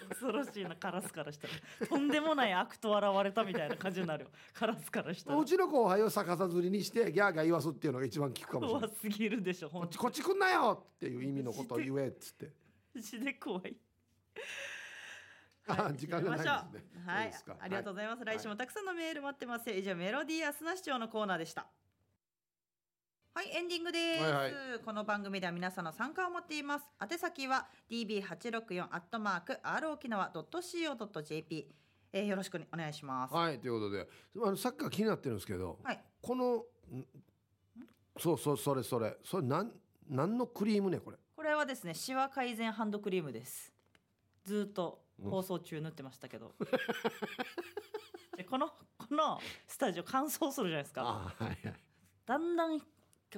S1: 恐ろしいなカラスからしたらとんでもない悪と現れたみたいな感じになるよカラスからしたら
S2: うちの後輩を逆さずりにしてギャーギャー言わすっていうのが一番効くかもしれな
S1: 怖
S2: い
S1: すぎるでしょ
S2: こ
S1: 本
S2: っちこっち来んなよっていう意味のことを言えっつって
S1: 当にで怖い
S2: あ *laughs* 時間がない
S1: やめま
S2: ですね
S1: しょうは
S2: そう
S1: い
S2: ですか
S1: ありがとうございます、
S2: はい
S1: 来週もたくさんのメール待ってます以上メロディーアスナ市長のコーナーでしたはいエンディングです、
S2: はいはい
S1: この番組では皆さんの参加を持っています宛先は db864 アットマーク r 沖縄 .co.jp えー、よろしくお願いします
S2: はいということであのサッカー気になってるんですけど、
S1: はい
S2: このんそうそうそれそれそれなんなんのクリームねこれ
S1: これはですねシワ改善ハンドクリームですずーっと放送中塗ってましたけど *laughs* でこのこのスタジオ乾燥するじゃないですか
S2: あはいはい
S1: だんだん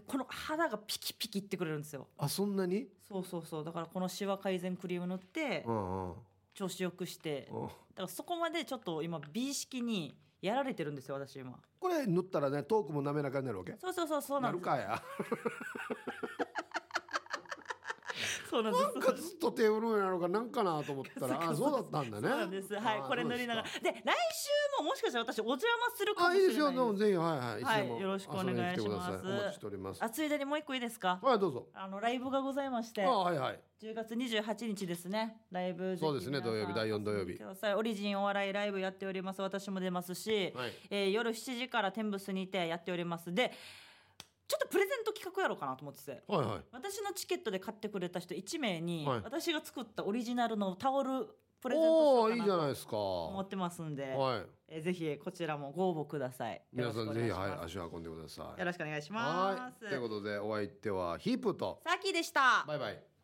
S1: この肌がピキピキいってくれるんですよ
S2: あそんなに
S1: そうそうそうだからこのシワ改善クリーム塗って
S2: うんうん
S1: 調子よくしてだ
S2: うん
S1: からそこまでちょっと今美意識にやられてるんですよ私今
S2: これ塗ったらねトークも滑らかになるわけ
S1: そうそうそうそう
S2: な
S1: なん
S2: る
S1: です
S2: かや
S1: そうなん
S2: なん
S1: です
S2: かずっとテーブルの上なのかなんかなと
S1: *laughs*
S2: 思ったらあそうだったんだね
S1: そうなんですはい
S2: あ
S1: これ塗りながらで来週ももしかしたら私お邪魔するか
S2: あ
S1: も
S2: い
S1: し
S2: い
S1: れ
S2: ですよ
S1: ない
S2: どうもぜひはいはいいつでも
S1: はいよろしくお願い
S2: 遊びに来てくださ
S1: します
S2: お待ちしております
S1: あついでにもう一個いいですか
S2: はいどうぞ
S1: あのライブがございまして、
S2: あはいはい
S1: 10月28日ですね。ライブぜひ
S2: そうですね
S1: 皆さん
S2: 土曜日第四土曜日
S1: 遊びに来てくださいオリジンお笑いライブやっております。私も出ますし、
S2: はい
S1: えー夜7時から天スにてやっております。で、ちょっとプレゼント企画やろうかなと思ってて。
S2: はいはい
S1: 私のチケットで買ってくれた人1名に、
S2: はい
S1: 私が作ったオリジナルのタオルプレゼン
S2: お
S1: ト
S2: お
S1: し
S2: ー
S1: よ
S2: いい
S1: う
S2: じ
S1: か
S2: ゃ
S1: なと
S2: ないですか
S1: 思ってますんで、
S2: はい
S1: えーぜひこちらもご応募ください。
S2: 皆さんぜひはい
S1: い、
S2: 足を運んでください
S1: よろしくお願いし
S2: は
S1: ま
S2: い
S1: す。
S2: ということでお相手はヒープと
S1: さきでした。
S2: バイバイ